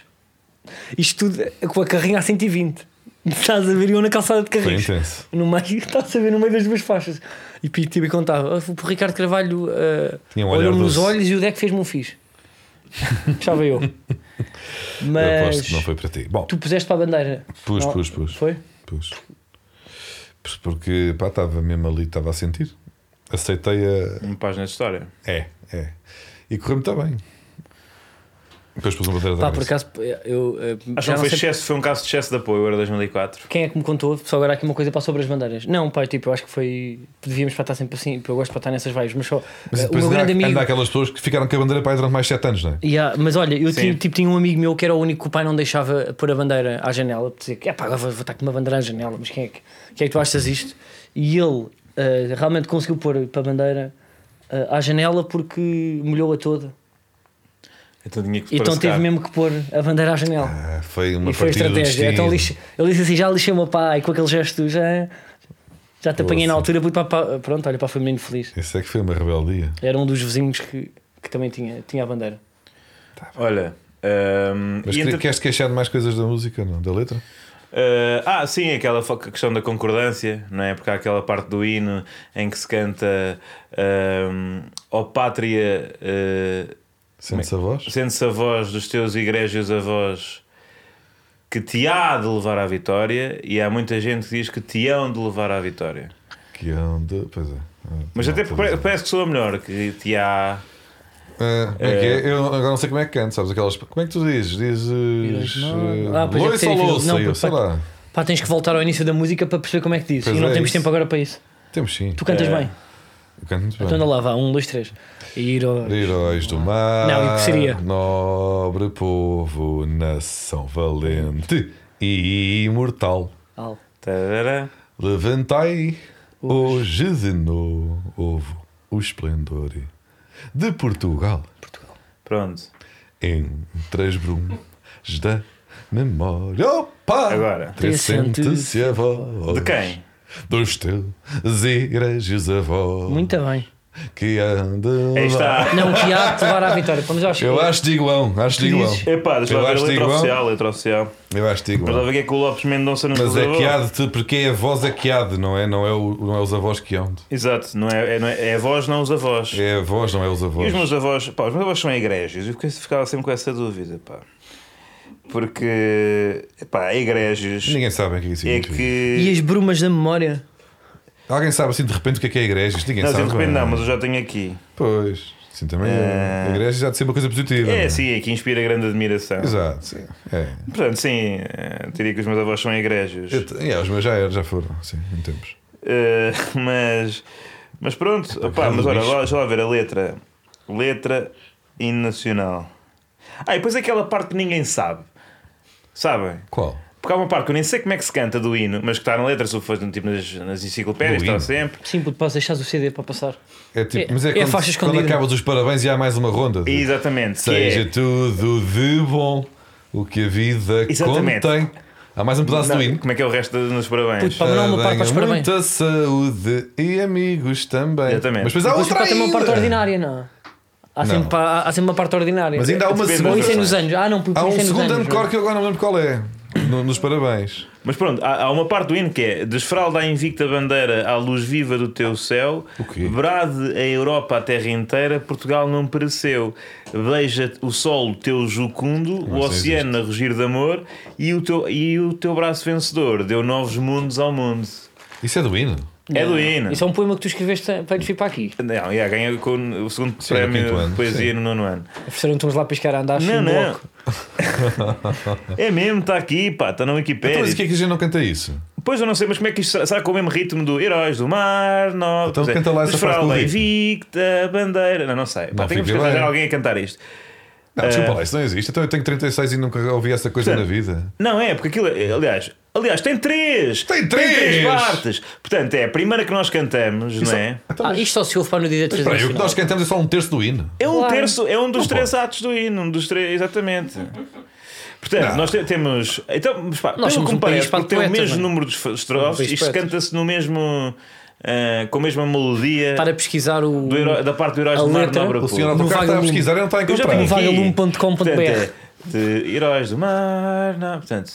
Speaker 1: Isto tudo com a carrinha a 120. Estás a ver? E eu na calçada de
Speaker 2: Foi
Speaker 1: carrinhos.
Speaker 2: intenso.
Speaker 1: No meio, estás a ver, no meio das duas faixas. E Pito tipo, contava. "Ah, O Ricardo Carvalho ah,
Speaker 2: Tinha um olhar
Speaker 1: olhou-me nos
Speaker 2: doce.
Speaker 1: olhos e o Deco fez-me um fixe. Estava eu.
Speaker 2: Eu
Speaker 1: Mas
Speaker 2: aposto que não foi para ti. Bom,
Speaker 1: tu puseste para a bandeira.
Speaker 2: pus,
Speaker 1: Não,
Speaker 2: pus, pus.
Speaker 1: Foi?
Speaker 2: Pus. Pus Porque, pá, estava mesmo ali, estava a sentir. Aceitei a.
Speaker 3: Uma página de história.
Speaker 2: É, é. E correu-me está bem. Depois pus uma bandeira da
Speaker 1: Pá, por
Speaker 2: Grécia.
Speaker 1: acaso, eu. ah,
Speaker 3: Acho que
Speaker 1: já
Speaker 3: não foi,
Speaker 1: sei-
Speaker 3: excesso, foi um caso de excesso de apoio, era 2004.
Speaker 1: Quem é que me contou? Só agora há aqui uma coisa para sobre as bandeiras. Não, pai, tipo, eu acho que foi. Devíamos para estar sempre assim, porque eu gosto para estar nessas vibes, mas só.
Speaker 2: Mas
Speaker 1: eh, o
Speaker 2: depois
Speaker 1: meu
Speaker 2: ainda,
Speaker 1: grande
Speaker 2: há-
Speaker 1: amigo.
Speaker 2: ainda há aquelas pessoas que ficaram com a bandeira para aí durante mais 7 anos, não é?
Speaker 1: Yeah, mas olha, eu
Speaker 3: Sim.
Speaker 1: tinha, tipo, tinha um amigo meu que era o único que o pai não deixava pôr a bandeira à janela. Dizia que é pá, agora vou, vou estar com uma bandeira à janela, mas quem é que, quem é que tu achas isto? E ele eh, realmente conseguiu pôr para a bandeira eh, à janela porque molhou-a toda.
Speaker 3: Então tinha que
Speaker 1: Então
Speaker 3: para
Speaker 1: teve
Speaker 3: secar.
Speaker 1: mesmo que pôr a bandeira à janela.
Speaker 2: Ah, foi uma
Speaker 1: E foi a
Speaker 2: partida do
Speaker 1: estratégia.
Speaker 2: destino.
Speaker 1: Então lixe- ele disse assim: já lixei o meu pai com aquele gesto, já, já te apanhei na
Speaker 2: Ouça.
Speaker 1: altura. puto, pá, pá, Pronto, olha, pá, foi um menino feliz.
Speaker 2: Isso é que foi uma rebeldia.
Speaker 1: Era um dos vizinhos que, que também tinha, tinha a bandeira.
Speaker 3: Olha. ahm,
Speaker 2: Mas
Speaker 3: e
Speaker 2: quer-
Speaker 3: entre-
Speaker 2: queres queixar de mais coisas da música, não? Da letra?
Speaker 3: Eh, ah, sim, aquela fo- questão da concordância, não é? Porque há aquela parte do hino em que se canta ehm, Ó Pátria, eh,
Speaker 2: Sente-se a voz?
Speaker 3: sendo-se a voz dos teus egrégios avós que te há de levar à vitória, e há muita gente que diz que te hão de levar à vitória.
Speaker 2: Que onda. Pois é. Ah,
Speaker 3: Mas
Speaker 2: não,
Speaker 3: até
Speaker 2: pois
Speaker 3: pare-
Speaker 2: é.
Speaker 3: parece que sou a melhor, que te há.
Speaker 2: Ah, como é que é? Eu agora não sei como é que canto, sabes? Aquelas. Como é que tu dizes? Dizes.
Speaker 1: Não.
Speaker 2: ah,
Speaker 1: Ah, pois é,
Speaker 2: loiça
Speaker 1: tem
Speaker 2: ou
Speaker 1: aquilo.
Speaker 2: louça?
Speaker 1: Não,
Speaker 2: Eu
Speaker 1: porque
Speaker 2: sei
Speaker 1: pá-
Speaker 2: lá.
Speaker 1: Pá, tens que voltar ao início da música para perceber como é que diz.
Speaker 2: Pois
Speaker 1: e não
Speaker 2: é,
Speaker 1: temos
Speaker 2: isso.
Speaker 1: tempo agora para isso.
Speaker 2: Temos sim.
Speaker 1: Tu cantas
Speaker 3: É.
Speaker 1: bem.
Speaker 2: Eu canto muito
Speaker 1: Então
Speaker 2: bem.
Speaker 1: anda lá, vá, um, dois, três. Ir ao-
Speaker 2: Heróis do mar,
Speaker 1: Não, e que seria?
Speaker 2: nobre povo, nação valente e imortal.
Speaker 1: Al.
Speaker 3: Tarará.
Speaker 2: Levantai hoje de novo o esplendor de Portugal
Speaker 3: Pronto,
Speaker 2: entre as brumas da memória. Opa!
Speaker 3: Agora.
Speaker 2: Trecente-se a voz
Speaker 3: de quem?
Speaker 2: dos teus igrejos avós
Speaker 1: Muito bem.
Speaker 2: que andam.
Speaker 3: Aí
Speaker 2: lá.
Speaker 3: está.
Speaker 1: Não, que há de te levar à vitória. Vamos aos
Speaker 2: Eu acho de igual, acho de igual.
Speaker 1: Dizes-
Speaker 3: Epá, deixa
Speaker 2: Eu
Speaker 3: lá ver a
Speaker 2: acho
Speaker 3: letra
Speaker 2: igual.
Speaker 3: oficial, a letra oficial.
Speaker 2: Eu acho de
Speaker 3: Mas lá
Speaker 2: igual.
Speaker 3: ver o que é que o Lopes Mendonça nos
Speaker 2: Mas é
Speaker 3: reservou.
Speaker 2: que há de te, porque é a voz é que há de, não é? Não é, o, não é os avós que hão de.
Speaker 3: Exato, não é, é, não é, é a voz, não os avós.
Speaker 2: É a voz, não é os
Speaker 3: E
Speaker 2: avós.
Speaker 3: os meus avós, pá, os meus avós são egrégios, eu fiquei- ficava sempre com essa dúvida, pá. Porque, pá, egrégios
Speaker 2: Ninguém sabe o que é que isso
Speaker 3: é
Speaker 2: significa.
Speaker 1: E
Speaker 3: que.
Speaker 1: as brumas da memória.
Speaker 2: Alguém sabe assim de repente o que é que é igrejas? Ninguém
Speaker 3: Não, assim,
Speaker 2: sabe.
Speaker 3: de repente
Speaker 2: é?
Speaker 3: não, mas eu já tenho aqui.
Speaker 2: Pois, sim, também.
Speaker 3: É.
Speaker 2: A igreja já de ser uma coisa positiva. não
Speaker 3: É, sim, é que inspira grande admiração.
Speaker 2: Exato, sim. É.
Speaker 3: Portanto, sim, eh, diria que os meus avós são egrégios.
Speaker 2: Eu te- é, os meus já, eram, já foram, sim, em tempos.
Speaker 3: Eh, mas, mas pronto, opá,
Speaker 2: grande
Speaker 3: mas olha,
Speaker 2: bicho.
Speaker 3: lá- deixa lá ver a letra. Letra e nacional. Ah, e depois aquela parte que ninguém sabe. Sabem?
Speaker 2: Qual?
Speaker 3: Porque há uma parte que eu nem sei como é que se canta do hino, mas que está na letra, se for tipo nas, nas enciclopédias,
Speaker 2: Do
Speaker 3: está
Speaker 2: hino.
Speaker 3: sempre.
Speaker 1: Sim, puto, posso deixar o CD para passar.
Speaker 2: É tipo,
Speaker 1: É-
Speaker 2: mas é,
Speaker 1: é
Speaker 2: quando,
Speaker 1: faixa
Speaker 2: quando
Speaker 1: escondida.
Speaker 2: acabas os parabéns e há mais uma ronda. de-
Speaker 3: Exatamente. que
Speaker 2: Seja
Speaker 3: é-
Speaker 2: tudo de bom o que a vida
Speaker 3: Exatamente.
Speaker 2: contém. Há mais um pedaço do
Speaker 3: Não,
Speaker 2: hino.
Speaker 3: como é que é o resto de- dos parabéns?
Speaker 1: Puto, pá, mas não há uma parte para os
Speaker 2: Tenha
Speaker 1: parabéns.
Speaker 2: muita saúde e amigos também.
Speaker 3: Exatamente.
Speaker 2: Mas depois há
Speaker 1: Depois
Speaker 2: outra
Speaker 1: tem uma
Speaker 2: ainda.
Speaker 1: parte ordinária, não? Há sempre,
Speaker 2: Não.
Speaker 1: pa- há- há sempre uma parte ordinária.
Speaker 2: Mas ainda há uma
Speaker 3: Depende
Speaker 1: Ou
Speaker 2: segunda.
Speaker 1: isso é nos anos. Ah, não, porque
Speaker 2: Há um
Speaker 1: isso é nos
Speaker 2: segundo
Speaker 1: anos,
Speaker 2: encore
Speaker 1: não.
Speaker 2: que eu agora não me lembro qual é. No- Nos parabéns.
Speaker 3: Mas pronto, há, há uma parte do hino que é Desfralda a invicta bandeira à luz viva do teu céu
Speaker 2: O quê?
Speaker 3: Brade a Europa a terra inteira Portugal não pereceu Beija o sol teu jucundo O
Speaker 2: isso
Speaker 3: oceano a rugir de amor e o, teu, e o teu braço vencedor Deu novos mundos ao mundo
Speaker 2: Isso é do hino?
Speaker 3: É do hino.
Speaker 1: Isso é um poema que tu escreveste para ele vir para aqui.
Speaker 3: Não, yeah, ganhei com o segundo
Speaker 2: Sim, no
Speaker 3: prémio
Speaker 2: quinto
Speaker 3: de
Speaker 2: ano,
Speaker 3: poesia no nono ano.
Speaker 1: Ofereceram-te uns lá piscar a andar
Speaker 3: Não,
Speaker 1: não,
Speaker 3: não.
Speaker 1: um bloco.
Speaker 3: é mesmo, está aqui, pá, tá está na
Speaker 2: Então, mas
Speaker 3: Wikipédia.
Speaker 2: o que é que a gente não canta isso?
Speaker 3: Pois eu não sei, mas como é que isto será com o mesmo ritmo do Heróis do Mar, nós,
Speaker 2: Então canta lá essa parte com o ritmo.
Speaker 3: Invicta, Bandeira. Não, não sei. Pá,
Speaker 2: Não,
Speaker 3: temos que
Speaker 2: fica bem.
Speaker 3: arranjar alguém a cantar isto.
Speaker 2: Não, desculpa lá, isso não existe. Então eu tenho 36 e nunca ouvi essa coisa
Speaker 3: Eh, Portanto,
Speaker 2: na vida.
Speaker 3: Não é, porque aquilo. é- Aliás, aliás tem três!
Speaker 2: Tem três!
Speaker 3: três partes! Portanto, é a primeira que nós cantamos, não é?
Speaker 2: Então,
Speaker 1: Ah,
Speaker 2: mas,
Speaker 1: isto só se ouve para no dia de
Speaker 2: espera aí, o que nós cantamos é só um terço do hino.
Speaker 3: É um
Speaker 1: Claro.
Speaker 3: terço, é um dos três atos do hino, um dos três, exatamente. Portanto,
Speaker 2: Não.
Speaker 3: nós te- temos. Então, mas pá, pelo
Speaker 1: somos
Speaker 3: que me
Speaker 1: um país
Speaker 3: parece,
Speaker 1: para
Speaker 3: porque tem o
Speaker 1: poetas,
Speaker 3: mesmo
Speaker 1: mano.
Speaker 3: número de f- estrofes,
Speaker 1: Um país de
Speaker 3: isto
Speaker 1: poetas.
Speaker 3: canta-se no mesmo. ah, com a mesma melodia
Speaker 1: Estar a pesquisar o.
Speaker 3: do heró- da parte do Heróis
Speaker 1: a
Speaker 3: do Mar
Speaker 1: letra.
Speaker 3: na obra
Speaker 1: O
Speaker 2: O
Speaker 3: pública.
Speaker 2: senhor
Speaker 1: No
Speaker 2: autocarro está a
Speaker 1: Vagalume.
Speaker 2: pesquisar e não está a
Speaker 3: Eu já tenho
Speaker 2: encontrar.
Speaker 1: aqui. vagalume.com.br.
Speaker 3: Portanto, é de Heróis do Mar, não, portanto.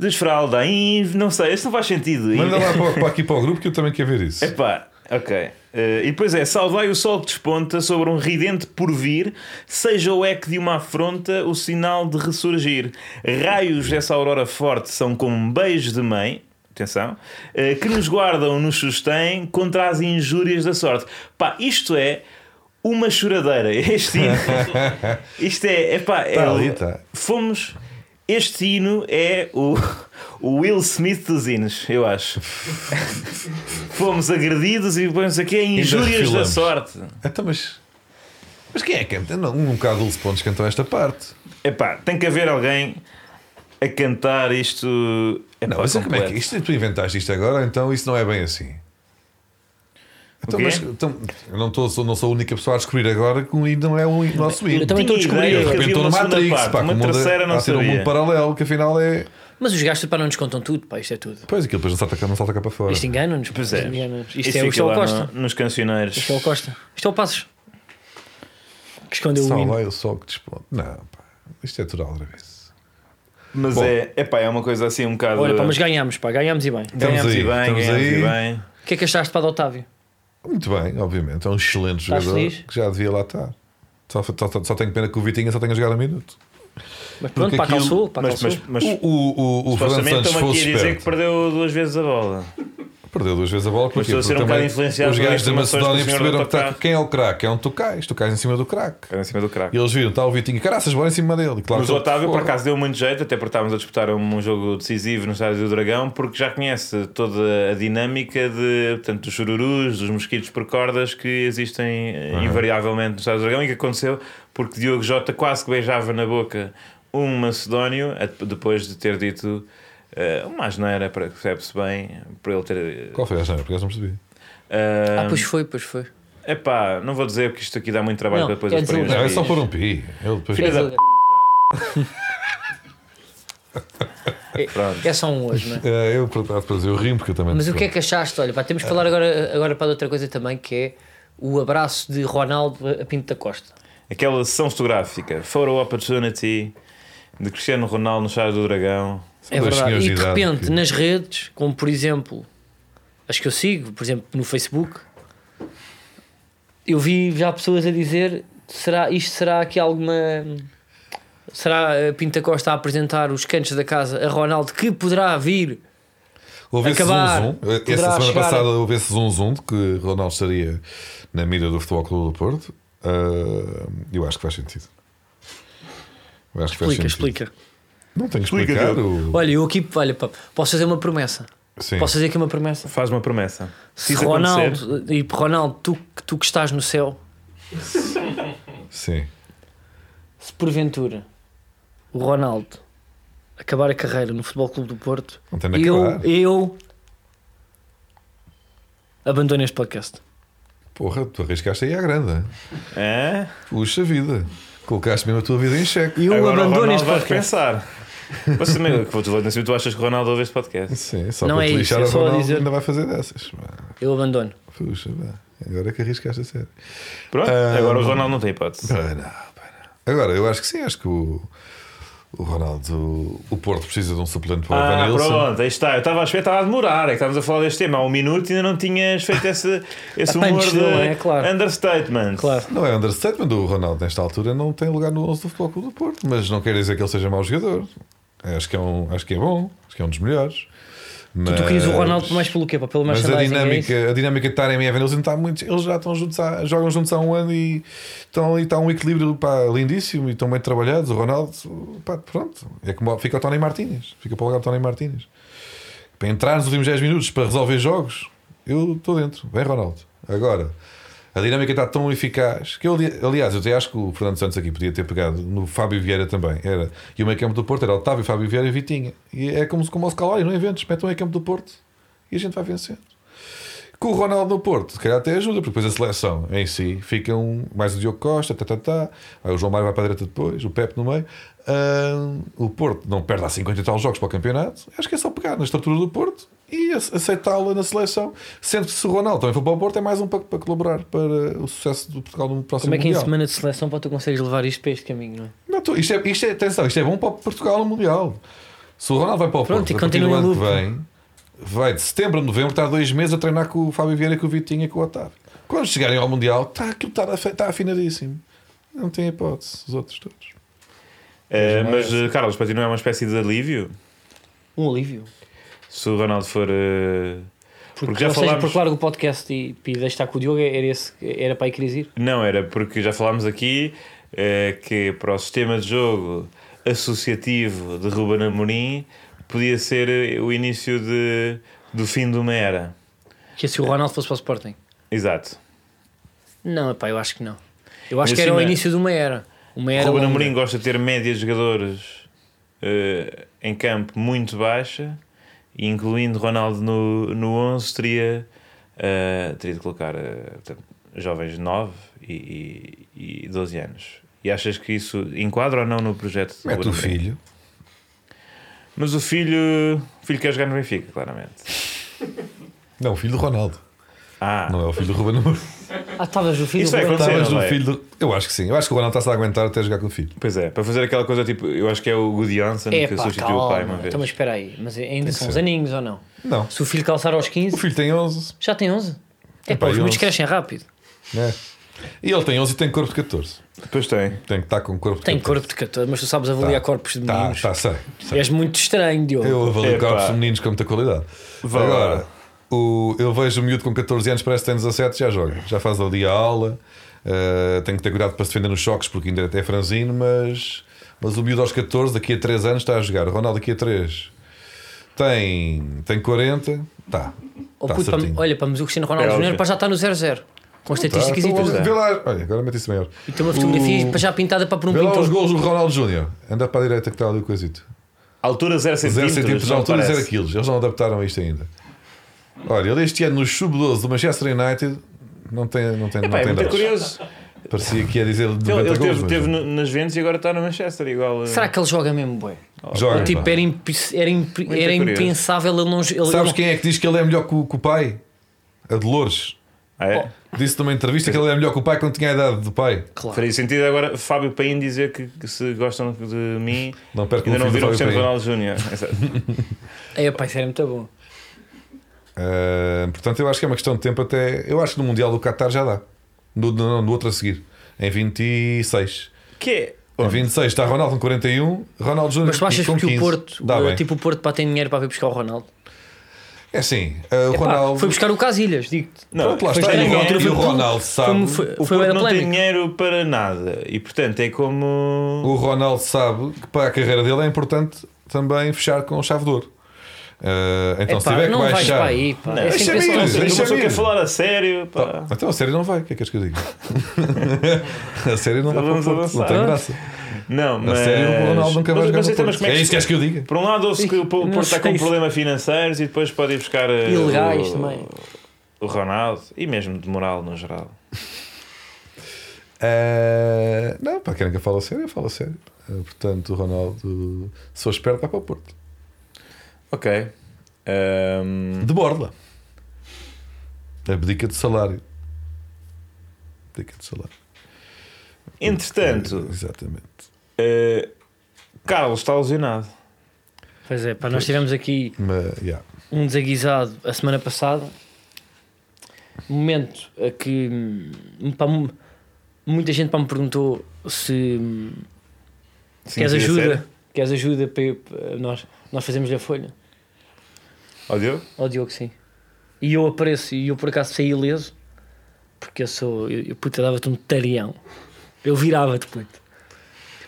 Speaker 3: Desfralda, Inve, não sei, isso não faz sentido.
Speaker 2: Manda lá para, para aqui para o grupo que eu também quero ver isso.
Speaker 3: Epá, ok. Eh, e depois é: Salvai o sol que desponta sobre um ridente porvir, seja o eco de uma afronta o sinal de ressurgir. Raios dessa aurora forte são como um beijo de mãe. Atenção, eh, que nos guardam, nos sustém contra as injúrias da sorte. Pá, isto é uma choradeira. Este hino, isto é, epá, é
Speaker 2: Tá ali,
Speaker 3: o-
Speaker 2: tá.
Speaker 3: fomos. Este hino é o, o Will Smith dos hinos, eu acho. Fomos agredidos e depois aqui é injúrias da
Speaker 2: refilamos.
Speaker 3: sorte.
Speaker 2: Então, mas. Mas quem é que canta? Não, nunca a Dulce Pontes cantou esta parte.
Speaker 3: Epá, tem que haver alguém a cantar isto. Epá,
Speaker 2: Não, mas como é que
Speaker 3: completo.
Speaker 2: isto? Tu inventaste isto agora, então isso não é bem assim. Então,
Speaker 3: quê?
Speaker 2: mas, então, eu não, tô, não sou a única pessoa a descobrir agora que o hino não é o nosso hino.
Speaker 1: eu também-
Speaker 3: Tinha
Speaker 1: estou a descobrir.
Speaker 3: ideia
Speaker 1: De
Speaker 2: De
Speaker 3: que
Speaker 2: repente
Speaker 3: havia
Speaker 2: estou
Speaker 3: uma
Speaker 2: no
Speaker 3: segunda
Speaker 2: Matrix,
Speaker 3: parte,
Speaker 2: pá, que
Speaker 3: uma
Speaker 2: o mundo é-
Speaker 3: terceira
Speaker 2: há
Speaker 3: não
Speaker 2: de ser um
Speaker 3: sabia.
Speaker 2: mundo paralelo que afinal é.
Speaker 1: Mas os gajos para não nos contam tudo, pá, isto é tudo.
Speaker 2: Pois aquilo depois não salta cá, não salta cá para fora.
Speaker 1: Isto engana-nos. pá,
Speaker 3: Pois
Speaker 1: Isto,
Speaker 3: é.
Speaker 1: engana isto,
Speaker 3: Isso
Speaker 1: é o
Speaker 3: fica
Speaker 1: isto é o
Speaker 3: lá
Speaker 1: Costa.
Speaker 3: no- nos cancioneiros.
Speaker 1: Isto é o Costa. Isto é o Passos. Que escondeu
Speaker 3: um
Speaker 2: Só
Speaker 1: o hino.
Speaker 2: lá eu só que desponto. Não, pá, isto é tudo outra vez.
Speaker 3: Mas
Speaker 2: Bom.
Speaker 3: é, epá, é uma coisa assim um bocado.
Speaker 1: Olha, pá, mas ganhámos, pá, ganhámos e bem.
Speaker 2: Estamos aí,
Speaker 3: ganhamos e bem,
Speaker 2: estamos
Speaker 3: ganhamos e
Speaker 2: aí.
Speaker 3: bem.
Speaker 1: O que é que achaste para o Otávio?
Speaker 2: Muito bem, obviamente. É um excelente
Speaker 1: Estás
Speaker 2: jogador
Speaker 1: feliz?
Speaker 2: que já devia lá estar. Só, só, só tenho pena que o Vitinha só tenha jogado um minuto.
Speaker 1: Mas pronto, para
Speaker 2: aquilo-
Speaker 1: calçou, para
Speaker 3: Mas,
Speaker 1: calçou.
Speaker 3: mas, mas
Speaker 2: o o, o, o Fernando
Speaker 3: supostamente
Speaker 2: Santos
Speaker 3: estão aqui a
Speaker 2: fosse
Speaker 3: dizer
Speaker 2: Uh, esperto.
Speaker 3: que perdeu duas vezes a bola.
Speaker 2: Perdeu duas vezes a bola porque,
Speaker 3: estou a ser um bocado influenciado
Speaker 2: os
Speaker 3: pelas
Speaker 2: gajos da
Speaker 3: informações do
Speaker 2: Macedónia
Speaker 3: senhor
Speaker 2: perceberam que tá,
Speaker 3: Autocarro.
Speaker 2: quem é o craque? É um Tocais, Tocais em cima do craque.
Speaker 3: Era É em cima do craque.
Speaker 2: E eles viram, está o Vitinho, caraças, bola em cima dele. E Claro
Speaker 3: Mas
Speaker 2: que
Speaker 3: o
Speaker 2: ele-
Speaker 3: Otávio, por
Speaker 2: Porra.
Speaker 3: acaso, deu muito jeito, até porque estávamos a disputar um jogo decisivo no Estádio do Dragão, porque já conhece toda a dinâmica de, portanto, dos chururus, dos mosquitos por cordas que existem eh, invariavelmente no Estádio do Dragão e que aconteceu porque Diogo Jota quase que beijava na boca um macedónio, a- depois de ter dito eh, uma asneira, para- percebe-se bem, por ele ter. eh,
Speaker 2: Qual foi a janela? Por acaso não percebi.
Speaker 3: ah,
Speaker 1: Ah, pois foi, pois foi.
Speaker 3: Epá, não vou dizer que isto aqui dá muito trabalho
Speaker 1: Não,
Speaker 3: para depois
Speaker 1: é
Speaker 3: as
Speaker 1: desilusão.
Speaker 2: Não, é
Speaker 3: paredes.
Speaker 2: só por um pi. Ele depois...
Speaker 3: Filha da
Speaker 1: Queres-
Speaker 3: Pronto.
Speaker 1: É só um hoje, não é?
Speaker 2: É, eu por acaso depois eu rimo porque eu também.
Speaker 1: Mas o que é que achaste? Olha, pá, temos que falar agora, agora para outra coisa também, que é o abraço de Ronaldo a Pinto da Costa.
Speaker 3: Aquela sessão fotográfica, Photo Opportunity, de Cristiano Ronaldo no Chá do Dragão.
Speaker 1: É verdade.
Speaker 2: Dois senhores
Speaker 1: E
Speaker 2: de
Speaker 1: de
Speaker 2: idade
Speaker 1: repente,
Speaker 2: que-
Speaker 1: nas redes, como por exemplo as que eu sigo, por exemplo no Facebook, eu vi já pessoas a dizer: será isto será aqui alguma. Será eh, Pinta Costa a apresentar os cantos da casa a Ronaldo que poderá vir?
Speaker 2: Houve esse
Speaker 1: acabar,
Speaker 2: zoom, zoom. Essa
Speaker 1: poderá
Speaker 2: semana
Speaker 1: chegar-
Speaker 2: passada houve esse zoom, zoom de que Ronaldo estaria na mira do Futebol Clube do Porto. Ah, eu acho que faz sentido. Eu acho que faz
Speaker 1: Explica,
Speaker 2: sentido.
Speaker 1: explica.
Speaker 2: Não tenho que
Speaker 3: Explica,
Speaker 2: explicar. o-
Speaker 1: Olha, eu aqui, olha, pá, posso fazer uma promessa.
Speaker 2: Sim.
Speaker 1: Posso fazer aqui uma promessa?
Speaker 3: Faz uma promessa.
Speaker 1: Se
Speaker 3: isso acontecer-
Speaker 1: Ronaldo, e Ronaldo, tu, que- tu que estás no céu,
Speaker 2: Sim.
Speaker 1: se porventura o Ronaldo acabar a carreira no Futebol Clube do Porto,
Speaker 2: Não tem nada a
Speaker 1: eu,
Speaker 2: acabar.
Speaker 1: eu abandono este podcast.
Speaker 2: Porra, tu arriscaste aí à grande. hein?
Speaker 3: É?
Speaker 2: Puxa vida. Colocaste mesmo a tua vida em xeque.
Speaker 1: Eu
Speaker 3: Agora o
Speaker 1: abandono
Speaker 3: Ronaldo
Speaker 1: este
Speaker 3: vai
Speaker 1: podcast.
Speaker 3: pensar. Você também, que vou te dizer, tu achas que o Ronaldo ouve este podcast?
Speaker 2: Sim, só
Speaker 1: Não
Speaker 2: para
Speaker 1: é
Speaker 2: te
Speaker 1: isso,
Speaker 2: lixar
Speaker 1: é
Speaker 2: a
Speaker 1: só a
Speaker 2: Ronaldo
Speaker 1: dizer-
Speaker 2: ainda vai fazer dessas. Pá,
Speaker 1: Eu abandono.
Speaker 2: Puxa, pá. agora é que arriscaste a sério.
Speaker 3: Pronto,
Speaker 2: Ah, É,
Speaker 3: agora o Ronaldo não tem hipótese.
Speaker 2: Pá, não, pá, não. Agora, eu acho que sim, acho que o, o Ronaldo, o Porto precisa de um suplente para o
Speaker 3: Ah,
Speaker 2: Vanilson.
Speaker 3: pronto, aí está. Eu estava a esperar, estava a demorar. É que estávamos a falar deste tema há um minuto e ainda não tinhas feito esse, esse
Speaker 1: A punch,
Speaker 3: humor de
Speaker 1: não é? Claro.
Speaker 3: understatement.
Speaker 1: Claro.
Speaker 2: Não é understatement, o Ronaldo nesta altura não tem lugar no 11 do Futebol Clube do Porto, mas não quer dizer que ele seja mau jogador. Acho que é, um, acho que é bom, acho que é um dos melhores.
Speaker 1: Tu, tu querias o Ronaldo mais pelo quê? pá? Pelo
Speaker 2: Mas
Speaker 1: merchandising,
Speaker 2: a
Speaker 1: é
Speaker 2: dinâmica,
Speaker 1: isso?
Speaker 2: a dinâmica de estarem em Evan, eles, não tá muito, eles já estão juntos há, jogam juntos há um ano e estão, e está um equilíbrio pá, lindíssimo e estão bem trabalhados. O Ronaldo, pá, pronto, é como fica o Tony Martínez, fica para o lugar do Tony Martínez. Para entrar nos últimos 10 minutos para resolver jogos, eu estou dentro. Vem, Ronaldo. Agora, a dinâmica está tão eficaz que eu, ali- aliás, eu até acho que o Fernando Santos aqui podia ter pegado no Fábio Vieira também. Era, e o meio campo do Porto era Otávio, Fábio Vieira e Vitinha. E é como, como o Scalari, não inventes, mete o meio campo do Porto e a gente vai vencer. Com o Ronaldo no Porto, se calhar até ajuda, porque depois a seleção em si fica um, mais o Diogo Costa, tá, tá, tá. Aí o João Mário vai para a direita depois, o Pepe no meio. Ah, o Porto não perde há 50 e tal jogos para o campeonato. Acho que é só pegar na estrutura do Porto e ace- aceitá-la na seleção. Sendo que se o Ronaldo também for para o Porto, é mais um para, para colaborar para o sucesso do Portugal no próximo
Speaker 1: Como é que em
Speaker 2: Mundial.
Speaker 1: semana de seleção pá, tu consegues levar isto para este caminho, não é?
Speaker 2: Não, tu- isto, é, isto, é, atenção, isto é bom para Portugal no Mundial. Se o Ronaldo vai para o
Speaker 1: Pronto,
Speaker 2: Porto,
Speaker 1: e
Speaker 2: a partir do
Speaker 1: continua
Speaker 2: ano
Speaker 1: em
Speaker 2: que
Speaker 1: loop.
Speaker 2: vem, vai de setembro a novembro, está dois meses a treinar com o Fábio Vieira, com o Vitinha, com o Otávio. Quando chegarem ao Mundial, está, aquilo está, afi- está afinadíssimo. Não tem hipótese, os outros todos.
Speaker 3: Eh,
Speaker 1: é
Speaker 3: mas, eh, Carlos, para ti não é uma espécie de alívio
Speaker 1: Um alívio.
Speaker 3: se o Ronaldo for. eh,
Speaker 1: Porque,
Speaker 3: Porque já
Speaker 1: ou seja,
Speaker 3: falámos-
Speaker 1: porque largo o podcast e, e deixo estar com o Diogo é, era, esse, era para aí querer ir.
Speaker 3: Não, era porque já falámos aqui eh, que para o sistema de jogo associativo de Ruben Amorim podia ser eh, o início de, do fim de uma era.
Speaker 1: Que é se o Ronaldo fosse para o Sporting.
Speaker 3: Exato.
Speaker 1: Não, pá, eu acho que não. Eu acho
Speaker 3: Mas
Speaker 1: que era o
Speaker 3: assim, não é?
Speaker 1: início de uma era. Uma era
Speaker 3: Ruben
Speaker 1: longa.
Speaker 3: Amorim gosta de ter média de jogadores eh, em campo muito baixa, e incluindo Ronaldo no, no 11, teria, eh, teria de colocar eh, portanto, jovens de 9 e, e, e 12 anos. E achas que isso enquadra ou não no projeto de
Speaker 2: Mete
Speaker 3: Ruben
Speaker 2: o
Speaker 3: Amorim?
Speaker 2: filho.
Speaker 3: Mas o filho, o filho quer jogar no Benfica, claramente.
Speaker 2: Não, o filho do Ronaldo.
Speaker 3: Ah,
Speaker 2: Não é o filho do Ruben Amorim.
Speaker 1: Ah, estavas o filho
Speaker 3: Isso
Speaker 1: do
Speaker 3: vai
Speaker 1: Ronaldo.
Speaker 3: acontecer.
Speaker 2: Estavas
Speaker 3: não
Speaker 2: no
Speaker 3: é?
Speaker 2: filho do... Eu acho que sim. Eu acho que o Ronaldo está-se a aguentar até jogar com o filho.
Speaker 3: pois é, para fazer aquela coisa tipo, eu acho que é o Good Johnson
Speaker 1: É
Speaker 3: que
Speaker 1: pá,
Speaker 3: substituiu o pai uma
Speaker 1: calma.
Speaker 3: vez.
Speaker 1: Então, mas espera aí. Mas ainda são uns
Speaker 2: ser.
Speaker 1: aninhos ou não?
Speaker 2: Não.
Speaker 1: Se o filho calçar aos
Speaker 2: O
Speaker 1: 15,
Speaker 2: filho tem 11.
Speaker 1: já tem 11. É pá,
Speaker 2: Epá,
Speaker 1: os
Speaker 2: eu-
Speaker 1: miúdos crescem rápido.
Speaker 2: Né? E ele tem 11 e tem corpo de 14.
Speaker 3: Depois tem.
Speaker 2: Tem que estar com corpo de
Speaker 1: Tem
Speaker 2: 14.
Speaker 1: corpo de 14, mas tu sabes avaliar
Speaker 2: Tá.
Speaker 1: corpos de
Speaker 2: Tá,
Speaker 1: meninos.
Speaker 2: tá, sei. sei.
Speaker 1: És muito estranho, Diogo.
Speaker 2: Eu avalio
Speaker 3: Epá.
Speaker 2: corpos femininos com muita qualidade.
Speaker 3: Vá lá.
Speaker 2: Agora, o, eu vejo o miúdo com 14 anos, parece que tem 17, já joga. Já faz ali a aula. Uh, tem que ter cuidado para se defender nos choques, porque ainda é franzino, mas, mas o miúdo aos 14, daqui a 3 anos, está a jogar. O Ronaldo daqui a 3 tem, tem 40, tá.
Speaker 1: Oh,
Speaker 2: tá
Speaker 1: puto, pá,
Speaker 2: certinho.
Speaker 1: olha, pá, mas o Cristiano Ronaldo
Speaker 3: É
Speaker 1: Júnior
Speaker 3: óbvio.
Speaker 1: pá, já está no 0-0. Com
Speaker 2: Tá,
Speaker 1: estatísticas e
Speaker 2: então,
Speaker 1: tudo.
Speaker 2: vê lá, olha, agora mete isso maior.
Speaker 1: né? E tem uma fotografia pá, já pintada para por um
Speaker 2: Vê lá os
Speaker 1: pintor.
Speaker 2: gols do Ronaldo Júnior. Anda para a direita que está ali o coisito.
Speaker 3: Altura 0
Speaker 2: 0
Speaker 3: centímetros.
Speaker 2: centímetros de
Speaker 3: não
Speaker 2: altura e
Speaker 3: parece.
Speaker 2: 0 quilos. Eles não adaptaram isto ainda. Olha, ele este ano no sub-12 do Manchester United não tem, não tem,
Speaker 3: Epá,
Speaker 2: não
Speaker 3: é
Speaker 2: tem
Speaker 3: muito
Speaker 2: dados.
Speaker 3: curioso.
Speaker 2: Parecia que ia dizer 90
Speaker 3: Ele, ele
Speaker 2: gols,
Speaker 3: teve,
Speaker 2: mas
Speaker 3: teve no- nas Ventes e agora está no Manchester, igual. eh,
Speaker 1: Será que ele joga mesmo, boi?
Speaker 2: joga,
Speaker 1: Ou tipo,
Speaker 2: pá.
Speaker 1: era, imp- era, imp-
Speaker 3: Muito
Speaker 1: era
Speaker 3: curioso.
Speaker 1: impensável ele não. Ele,
Speaker 2: Sabes
Speaker 1: ele-
Speaker 2: quem é que diz que ele é melhor que o, que o pai? A Dolores.
Speaker 3: Ah, é?
Speaker 2: Disse numa entrevista que ele é melhor que o pai quando tinha a idade do pai.
Speaker 1: Claro.
Speaker 3: Faria sentido agora Fábio Paim dizer que, que se gostam de mim,
Speaker 2: Não perca
Speaker 3: ainda
Speaker 2: um
Speaker 3: não
Speaker 2: filho do
Speaker 3: viram o
Speaker 2: Fábio
Speaker 3: Cristiano
Speaker 2: Paim.
Speaker 3: Ronaldo Júnior. Exato.
Speaker 1: É, pá, isso era muito bom.
Speaker 2: Ah, portanto, eu acho que é uma questão de tempo até. Eu acho que no Mundial do Qatar já dá. No, no, no outro a seguir. Em 26.
Speaker 3: que é.
Speaker 2: Em 26 está Ronaldo com 41. Ronaldo Júnior
Speaker 1: Mas tu achas
Speaker 2: com
Speaker 1: que
Speaker 2: 15.
Speaker 1: o Porto,
Speaker 2: Dá
Speaker 1: eh,
Speaker 2: bem.
Speaker 1: tipo, o Porto pá, tem dinheiro para vir buscar o Ronaldo?
Speaker 2: É assim, uh, o
Speaker 1: Epá,
Speaker 2: Ronaldo.
Speaker 1: Foi buscar o Casilhas, digo-te.
Speaker 3: Não, um
Speaker 2: Pronto, lá
Speaker 1: foi
Speaker 2: está.
Speaker 1: estranho,
Speaker 2: E
Speaker 1: na
Speaker 2: o-
Speaker 1: altura
Speaker 2: e
Speaker 1: foi
Speaker 2: o
Speaker 1: pouco.
Speaker 2: Ronaldo
Speaker 1: Foi,
Speaker 2: sabe.
Speaker 1: foi,
Speaker 3: O
Speaker 1: foi bem
Speaker 3: Porto não tem
Speaker 1: polémico.
Speaker 3: dinheiro para nada e portanto é como.
Speaker 2: O Ronaldo sabe que para a carreira dele é importante também fechar com chave de ouro. Uh, então, se
Speaker 1: Epá,
Speaker 2: tiver que
Speaker 1: não vais
Speaker 2: baixar.
Speaker 1: para aí, pá.
Speaker 3: assim. Não,
Speaker 1: é
Speaker 2: deixa
Speaker 1: sempre esse
Speaker 2: ir,
Speaker 1: lance.
Speaker 2: deixa
Speaker 3: Mas
Speaker 2: Deixa
Speaker 3: uma pessoa
Speaker 2: vir.
Speaker 3: quer falar a sério. Pá.
Speaker 2: Então a série não vai, o que é que és que eu digo? a série não vai para o
Speaker 3: Vamos
Speaker 2: Porto, não
Speaker 3: avançar.
Speaker 2: tem graça.
Speaker 3: Não,
Speaker 2: A
Speaker 3: mas.
Speaker 2: série o Ronaldo nunca vai
Speaker 3: mas,
Speaker 2: jogar
Speaker 3: mas,
Speaker 2: no
Speaker 3: então, mas
Speaker 2: Porto.
Speaker 3: como é
Speaker 2: É
Speaker 3: que
Speaker 2: isso que és É que eu diga.
Speaker 3: Por um lado, ouve-se que o Porto
Speaker 1: não
Speaker 3: está com
Speaker 1: sei.
Speaker 3: problemas financeiros e depois pode ir buscar. eh,
Speaker 1: Ilegais
Speaker 3: o-
Speaker 1: também.
Speaker 3: O Ronaldo e mesmo de moral no geral.
Speaker 2: Uh, não, para querem que eu fale a sério, eu falo a sério. Uh, portanto, o Ronaldo, se for esperto, vai para o Porto.
Speaker 3: Ok. Ahm,
Speaker 2: De borla. É Abdica de salário. Abdica de salário. É,
Speaker 3: entretanto,
Speaker 2: Exatamente.
Speaker 3: eh, Carlos está lesionado.
Speaker 1: Pois é, pá, nós tivemos aqui
Speaker 2: Mas, yeah.
Speaker 1: um desaguisado a semana passada. Um Momento a que hum, pá, mu- muita gente pá, me perguntou se hum,
Speaker 3: Sim,
Speaker 1: queres
Speaker 3: sim, é
Speaker 1: ajuda.
Speaker 3: sério.
Speaker 1: Queres ajuda para eu- para nós, nós fazemos-lhe a folha?
Speaker 3: Ó Diogo?
Speaker 1: Ao Diogo, sim. E eu apareço e eu por acaso saí ileso, porque eu sou. Eu, eu, puta, dava-te um tarião. Eu virava-te, puto.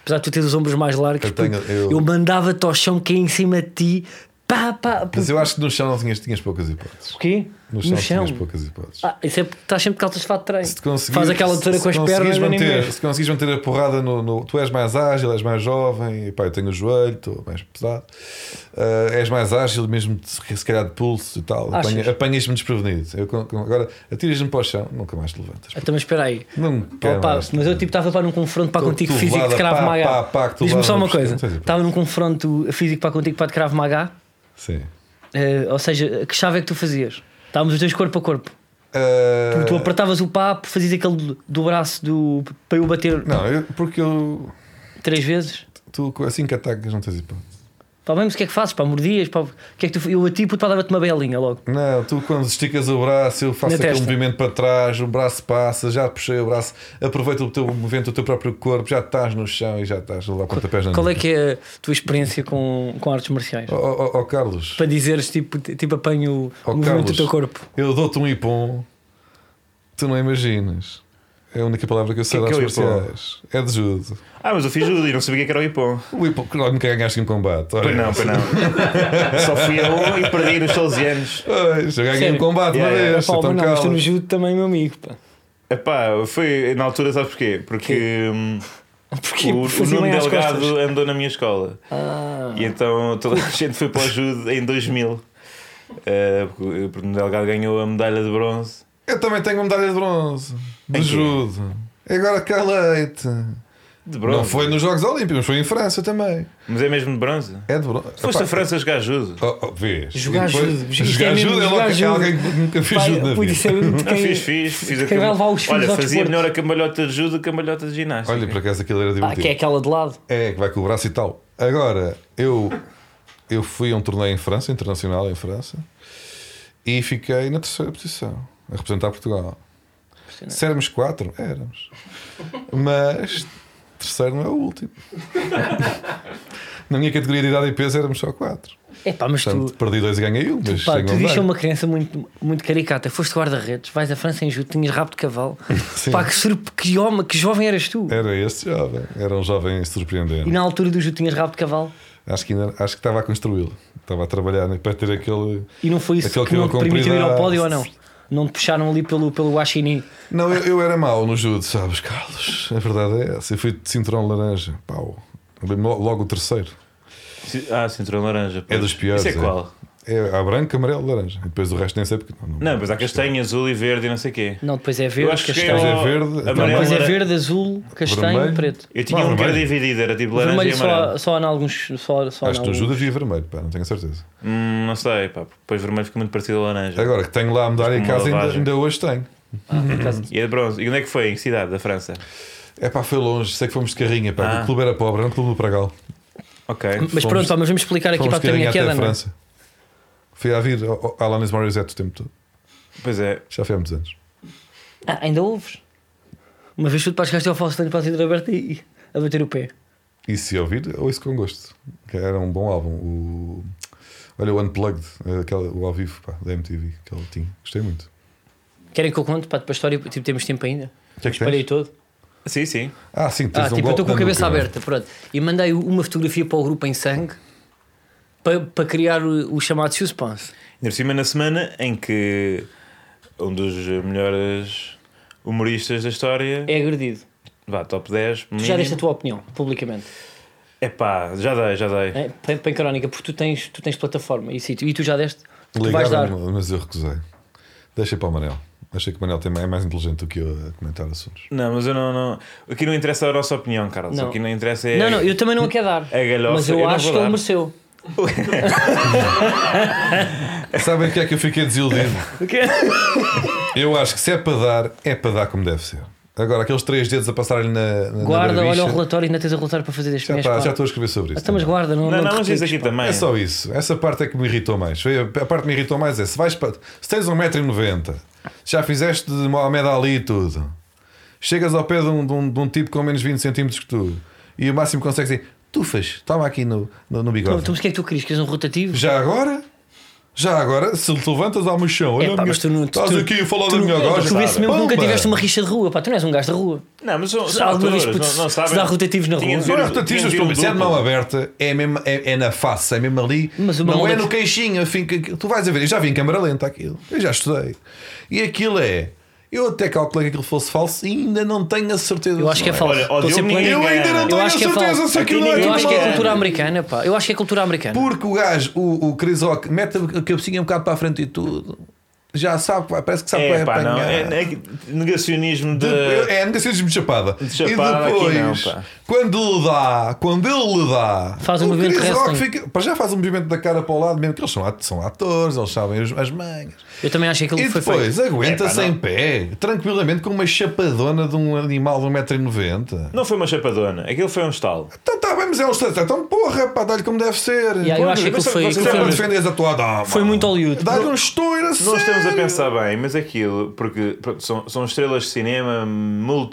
Speaker 1: Apesar de tu teres os ombros mais largos,
Speaker 2: Eu tenho-
Speaker 1: puto,
Speaker 2: eu-
Speaker 1: eu, mandava-te ao chão cair em cima de ti. Pá, pá, puto.
Speaker 2: Mas eu acho que no chão não tinhas, tinhas poucas hipóteses.
Speaker 1: O quê?
Speaker 2: No chão, tinhas poucas hipóteses.
Speaker 1: Ah, isso é porque estás sempre de calças de fato de treino.
Speaker 2: Se te conseguires-
Speaker 1: Faz aquela altura
Speaker 2: se
Speaker 1: com as
Speaker 2: conseguires
Speaker 1: pernas, eu nem
Speaker 2: manter-
Speaker 1: mexo.
Speaker 2: Se conseguires manter a porrada no, no- Tu és mais ágil, és mais jovem. E, pá, eu tenho o joelho, estou mais pesado. Ah, és mais ágil, mesmo de- se calhar de pulso e tal.
Speaker 1: Achas?
Speaker 2: Apanha- Apanhas-me desprevenido. Eu com- com- agora atiras-me para o chão, nunca mais te levantas.
Speaker 1: Então, mas espera aí.
Speaker 2: Não quero
Speaker 1: Opa,
Speaker 2: é mais
Speaker 1: mas
Speaker 2: te
Speaker 1: eu
Speaker 2: levantar.
Speaker 1: tipo estava para num confronto para
Speaker 2: Tu-
Speaker 1: contigo
Speaker 2: tu
Speaker 1: físico de
Speaker 2: levada,
Speaker 1: Krav
Speaker 2: pá, pá,
Speaker 1: Maga.
Speaker 2: pá, que tu
Speaker 1: Diz-me
Speaker 2: levada
Speaker 1: só uma
Speaker 2: no pescoço,
Speaker 1: coisa.
Speaker 2: não sei, é pá.
Speaker 1: Estava num confronto físico para contigo para de Krav Maga.
Speaker 2: Sim.
Speaker 1: Eh, ou seja, que chave é que tu fazias? Estávamos os dois corpo a corpo.
Speaker 2: Ah,
Speaker 1: Tu apertavas o papo, fazias aquele do, do braço do, para eu bater
Speaker 2: Não, eu- porque eu.
Speaker 1: três vezes.
Speaker 2: Tu assim que atacas não tens hipótese.
Speaker 1: Pá, mesmo o que é que fazes? Pá, mordias? Pá, o que é que tu, eu a ti, puto, pá, dava-te uma belinha logo.
Speaker 2: Não, tu quando esticas o braço, eu faço
Speaker 1: Na
Speaker 2: aquele
Speaker 1: testa.
Speaker 2: movimento para trás, o braço passa, já puxei o braço, aproveita o teu movimento do teu próprio corpo, já estás no chão e já estás a levar pontapés na
Speaker 1: Qual é
Speaker 2: nuca.
Speaker 1: que é a tua experiência com, com artes marciais?
Speaker 2: Ó ó, ó, Carlos,
Speaker 1: Para dizeres, tipo, t- tipo apanho
Speaker 2: Ó,
Speaker 1: o movimento
Speaker 2: Oh, Carlos.
Speaker 1: do teu corpo.
Speaker 2: eu dou-te um ipom, tu não imaginas. É a única palavra que eu sei
Speaker 3: Que
Speaker 2: das
Speaker 3: que é o
Speaker 2: artes
Speaker 3: ipom?
Speaker 2: marciais. É de judo.
Speaker 3: Ah, mas eu fiz judo e não sabia o que é que era o hipom.
Speaker 2: O ipom, que nunca ganhaste em combate. Olha.
Speaker 3: Pois não, pois não. Só fui a um e perdi nos 12 anos.
Speaker 2: Pois, eu ganhei em
Speaker 1: Sério?
Speaker 2: combate
Speaker 3: Yeah,
Speaker 2: uma
Speaker 3: yeah.
Speaker 2: vez.
Speaker 1: Pá,
Speaker 2: então
Speaker 1: mas não, mas tu no
Speaker 2: cala-te.
Speaker 1: judo também, meu amigo. Pá.
Speaker 3: Epá, foi na altura, sabes porquê? Porque hum,
Speaker 1: Porquê? Porque
Speaker 3: o, o
Speaker 1: fazia
Speaker 3: Nuno
Speaker 1: bem às
Speaker 3: Delgado
Speaker 1: costas.
Speaker 3: andou na minha escola.
Speaker 1: Ah,
Speaker 3: E então toda a gente foi para o judo em 2000. eh, porque porque o Nuno Delgado ganhou a medalha de bronze.
Speaker 2: Eu também tenho medalha de bronze, de
Speaker 3: Em quê?
Speaker 2: judo. Agora calei-te.
Speaker 3: De
Speaker 2: Não
Speaker 3: bronze.
Speaker 2: foi nos Jogos Olímpicos, mas foi em França também.
Speaker 3: Mas é mesmo de bronze?
Speaker 2: É de bronze.
Speaker 3: Foste
Speaker 2: Epá,
Speaker 3: a França jogar judo.
Speaker 2: Oh, oh, vês.
Speaker 1: Jogar
Speaker 2: E depois-
Speaker 1: judo. Isto é
Speaker 2: Jogar
Speaker 1: mesmo
Speaker 2: judo é
Speaker 1: jogar
Speaker 2: logo que
Speaker 1: judo.
Speaker 2: alguém que nunca fez
Speaker 1: Pá,
Speaker 2: judo na
Speaker 1: puto,
Speaker 2: vida.
Speaker 1: isso é mesmo de
Speaker 3: Não,
Speaker 1: quem-
Speaker 3: fiz, fiz. fiz
Speaker 1: de quem
Speaker 3: a cam-
Speaker 1: vai levar os filhos
Speaker 3: Olha,
Speaker 1: ao
Speaker 3: fazia
Speaker 1: desporto.
Speaker 3: melhor a cambalhota de judo que a cambalhota de ginástica.
Speaker 2: Olha, por acaso aquilo era
Speaker 1: Ah,
Speaker 2: divertido.
Speaker 1: que é aquela de lado.
Speaker 2: É, que vai com o braço e tal. Agora, eu, eu fui a um torneio em França, internacional em França, e fiquei na terceira posição, a representar Portugal. Se éramos quatro, éramos. Mas terceiro não é o último. na minha categoria de idade e peso éramos só quatro.
Speaker 1: É pá, mas tu.
Speaker 2: Portanto, perdi dois e ganhei um, mas
Speaker 1: Pá,
Speaker 2: tenho
Speaker 1: tu
Speaker 2: um
Speaker 1: dizes a
Speaker 2: dano.
Speaker 1: uma criança muito, muito caricata, foste guarda-redes, vais à França em judo, tinhas rabo de cavalo.
Speaker 2: Sim. É.
Speaker 1: Pá, que, surp... que homem, que jovem eras tu.
Speaker 2: Era este jovem, era um jovem surpreendente.
Speaker 1: E na altura do judo tinhas rabo de cavalo.
Speaker 2: Acho que, ainda, acho que estava a construí-lo, estava a trabalhar né, para ter aquele.
Speaker 1: E não foi isso
Speaker 2: Aquele
Speaker 1: que,
Speaker 2: que
Speaker 1: não
Speaker 2: era
Speaker 1: te permitiu ir
Speaker 2: comprido,
Speaker 1: ao pódio
Speaker 2: ah,
Speaker 1: ou não? Não te puxaram ali pelo, pelo guaxinim.
Speaker 2: Não, eu, eu era mau no judo, sabes, Carlos? A verdade é essa. Eu fui de cinturão laranja, pau. Lembro-me lo- Logo o terceiro.
Speaker 3: Ah, cinturão laranja.
Speaker 2: É
Speaker 3: pois.
Speaker 2: dos piores.
Speaker 3: Isso é qual?
Speaker 2: É a branca, amarelo, laranja. E depois o resto nem sei porque. Não,
Speaker 3: Não, mas há castanho, azul e verde e não sei o quê.
Speaker 1: Não, depois é
Speaker 3: Eu
Speaker 1: verde,
Speaker 3: acho que cheguei
Speaker 2: Depois
Speaker 1: castanho.
Speaker 2: é
Speaker 3: ao
Speaker 2: verde,
Speaker 3: amarelo.
Speaker 1: Depois é
Speaker 3: era-
Speaker 1: verde, azul, castanho,
Speaker 2: Vermelho.
Speaker 1: preto.
Speaker 3: Eu tinha
Speaker 2: Ah,
Speaker 3: um que era
Speaker 2: vermelho.
Speaker 3: dividido, era tipo laranja
Speaker 1: Vermelho
Speaker 3: e amarelo.
Speaker 1: só, só há em alguns. Só, só há
Speaker 2: Acho que no
Speaker 1: alguns.
Speaker 2: judo havia vermelho, pá, não tenho a certeza.
Speaker 3: Hum, não sei, pá, porque depois vermelho fica muito parecido ao laranja.
Speaker 2: Agora que tenho lá a medalha em
Speaker 3: Uma
Speaker 2: casa, ainda,
Speaker 3: lavagem.
Speaker 2: ainda hoje tenho.
Speaker 1: Ah, por acaso.
Speaker 2: Uhum.
Speaker 3: E é de bronze. E onde é que foi? Em que cidade da França?
Speaker 2: É pá, foi longe, sei que fomos de carrinha, pá.
Speaker 3: Ah.
Speaker 2: O clube era pobre, era um clube do Pragal.
Speaker 3: Ok.
Speaker 1: Mas
Speaker 2: Fomos-
Speaker 1: pronto, ó, mas vamos explicar aqui
Speaker 2: Fomos
Speaker 1: para a
Speaker 2: de
Speaker 1: terrinha
Speaker 2: carrinha até a
Speaker 1: queda, não é?
Speaker 2: França. Fui a vir ao- ao Alanis Morissette o tempo todo.
Speaker 3: Pois é.
Speaker 2: Já foi há muitos anos.
Speaker 1: Ah, ainda ouves? Uma vez tu te passaste ao falso para a cidra aberta e a bater o pé.
Speaker 2: E se ouvir, ouço com gosto. Que era um bom álbum. O... Olha, o Unplugged, aquele, o ao vivo pá, da MTV que ele tinha. Gostei muito.
Speaker 1: Querem que eu conte? Pá, para a história, tipo, temos tempo ainda.
Speaker 2: O que é que
Speaker 1: Parei
Speaker 2: tens?
Speaker 1: todo.
Speaker 3: Sim, sim.
Speaker 2: Ah, sim, tens
Speaker 1: Ah,
Speaker 2: um
Speaker 1: tipo, eu
Speaker 2: golpe
Speaker 1: estou com a
Speaker 2: na
Speaker 1: cabeça
Speaker 2: nuca.
Speaker 1: aberta, pronto. E mandei uma fotografia para o grupo em sangue para, para criar o, o chamado suspense.
Speaker 3: Ainda por cima, na semana em que um dos melhores humoristas da história,
Speaker 1: É agredido.
Speaker 3: vá, top 10,
Speaker 1: Tu já deste a
Speaker 3: mínimo.
Speaker 1: tua opinião, publicamente.
Speaker 3: Epá, já dei, já dei.
Speaker 1: É, para, para a crónica, porque tu tens, tu tens plataforma e sítio. E tu já deste? Tu vais dar.
Speaker 2: Ligaram, mas eu recusei. Deixei para o Manel. Achei que o Manel tem- é mais inteligente do que eu a comentar assuntos.
Speaker 3: Não, mas eu não, não. Aqui não interessa a nossa opinião, Carlos.
Speaker 1: Não.
Speaker 3: Aqui não interessa é.
Speaker 1: Não, não, eu também não a quero dar.
Speaker 3: É galhofa,
Speaker 1: mas eu,
Speaker 3: eu não
Speaker 1: acho
Speaker 3: vou
Speaker 1: que ele
Speaker 3: dar.
Speaker 1: mereceu.
Speaker 2: Sabem o que é que eu fiquei desiludido? Eu acho que se é para dar, é para dar como deve ser. Agora, aqueles três dedos a passarem na, na
Speaker 1: Guarda,
Speaker 2: na
Speaker 1: olha
Speaker 2: barbicha,
Speaker 1: o relatório e ainda tens o relatório para fazer deste
Speaker 2: já,
Speaker 1: mês.
Speaker 2: tá-
Speaker 1: pá.
Speaker 2: já estou a escrever sobre isso.
Speaker 1: Então, mas
Speaker 2: também.
Speaker 1: guarda, não,
Speaker 3: Não, não,
Speaker 1: te
Speaker 3: mas diz
Speaker 1: retires,
Speaker 3: aqui
Speaker 1: pá.
Speaker 3: também.
Speaker 2: É só isso. Essa parte é que me irritou mais. Foi a, a parte que me irritou mais é se vais para. Se tens 1,90m, já fizeste de Mohamed Ali e tudo, chegas ao pé de um, de um- de um tipo com menos 20 cm que tu e o máximo que consegues dizer: tu faz, toma aqui no, no, no
Speaker 1: Então,
Speaker 2: bigode.
Speaker 1: mas o que é que tu querias? Queres um rotativo?
Speaker 2: Já agora? Já agora, se te levantas ao mexão,
Speaker 1: É
Speaker 2: olha,
Speaker 1: pá,
Speaker 2: minha,
Speaker 1: mas tu não.
Speaker 2: estás
Speaker 1: tu,
Speaker 2: aqui a falar
Speaker 1: tu,
Speaker 2: da minha
Speaker 1: Tu,
Speaker 2: goja.
Speaker 1: tu vê-se mesmo que nunca
Speaker 2: Pumba!
Speaker 1: tiveste uma rixa de rua, pá, tu não és um gajo da rua.
Speaker 3: Não, mas são, são
Speaker 1: alguma vez
Speaker 3: autores,
Speaker 1: puto,
Speaker 3: não, não
Speaker 1: se
Speaker 3: sabem.
Speaker 1: dá rotativos na
Speaker 3: Tinha
Speaker 1: rua?
Speaker 3: de
Speaker 2: Não
Speaker 3: ver
Speaker 2: é
Speaker 3: o- tinha
Speaker 2: rotativas,
Speaker 3: de um ver o
Speaker 2: pelo menos é de mão
Speaker 3: duplo.
Speaker 2: aberta, é, mesmo, é, é na face, é mesmo ali.
Speaker 1: Mas uma
Speaker 2: não é
Speaker 1: onda-
Speaker 2: no queixinho, fica, tu vais a ver. Eu já vi em câmara lenta aquilo, eu já estudei. E aquilo é. Eu até calculei que aquilo fosse falso e ainda não tenho a certeza.
Speaker 1: Eu acho
Speaker 2: se
Speaker 1: que é
Speaker 2: não
Speaker 1: falso.
Speaker 3: Olha,
Speaker 1: Estou a
Speaker 3: odeio
Speaker 1: ser
Speaker 3: ninguém.
Speaker 1: polémico.
Speaker 2: Eu ainda não
Speaker 3: Eu
Speaker 2: tenho a
Speaker 1: acho que é
Speaker 2: certeza
Speaker 1: falso.
Speaker 2: se aquilo
Speaker 3: Aqui
Speaker 2: é.
Speaker 1: Eu acho que é
Speaker 2: falso.
Speaker 1: cultura americana, pá. Eu acho que é cultura americana.
Speaker 2: Porque o gajo, o, o Chris Rock, mete a cabecinha um bocado para a frente e tudo. Já sabe, que vai- parece que sabe que vai
Speaker 3: É, pá, não.
Speaker 2: apanhar.
Speaker 3: É, é que- negacionismo de.
Speaker 2: De- É a negacionismo de chapada.
Speaker 3: chapada
Speaker 2: e
Speaker 3: aqui
Speaker 2: depois,
Speaker 3: não, pá.
Speaker 2: quando ele dá, quando ele lhe dá,
Speaker 1: Faz um
Speaker 2: o
Speaker 1: movimento
Speaker 2: Chris
Speaker 1: de
Speaker 2: Rock
Speaker 1: wrestling.
Speaker 2: fica- para já faz um movimento da cara para o lado, mesmo que eles são, at- são atores, eles sabem as, as manhas.
Speaker 1: Eu também acho que aquilo
Speaker 2: E
Speaker 1: foi feito.
Speaker 2: depois aguenta-se
Speaker 3: É, pá,
Speaker 2: em
Speaker 3: não.
Speaker 2: pé, tranquilamente, com uma chapadona de um animal de 1,90m.
Speaker 3: Não foi uma chapadona, aquilo foi um estalo.
Speaker 2: Então tá bem, mas é um estante. Então porra, pá, dá-lhe como deve ser.
Speaker 1: Yeah, eu acho que aquilo foi-
Speaker 2: Mas é
Speaker 1: aquilo
Speaker 2: para
Speaker 1: foi-
Speaker 2: defenderes a tua dama.
Speaker 1: Foi muito Hollywood.
Speaker 2: Dá-lhe um estouro a
Speaker 3: Não estamos a
Speaker 2: sério.
Speaker 3: pensar bem, mas aquilo, porque pronto, são, são estrelas de cinema,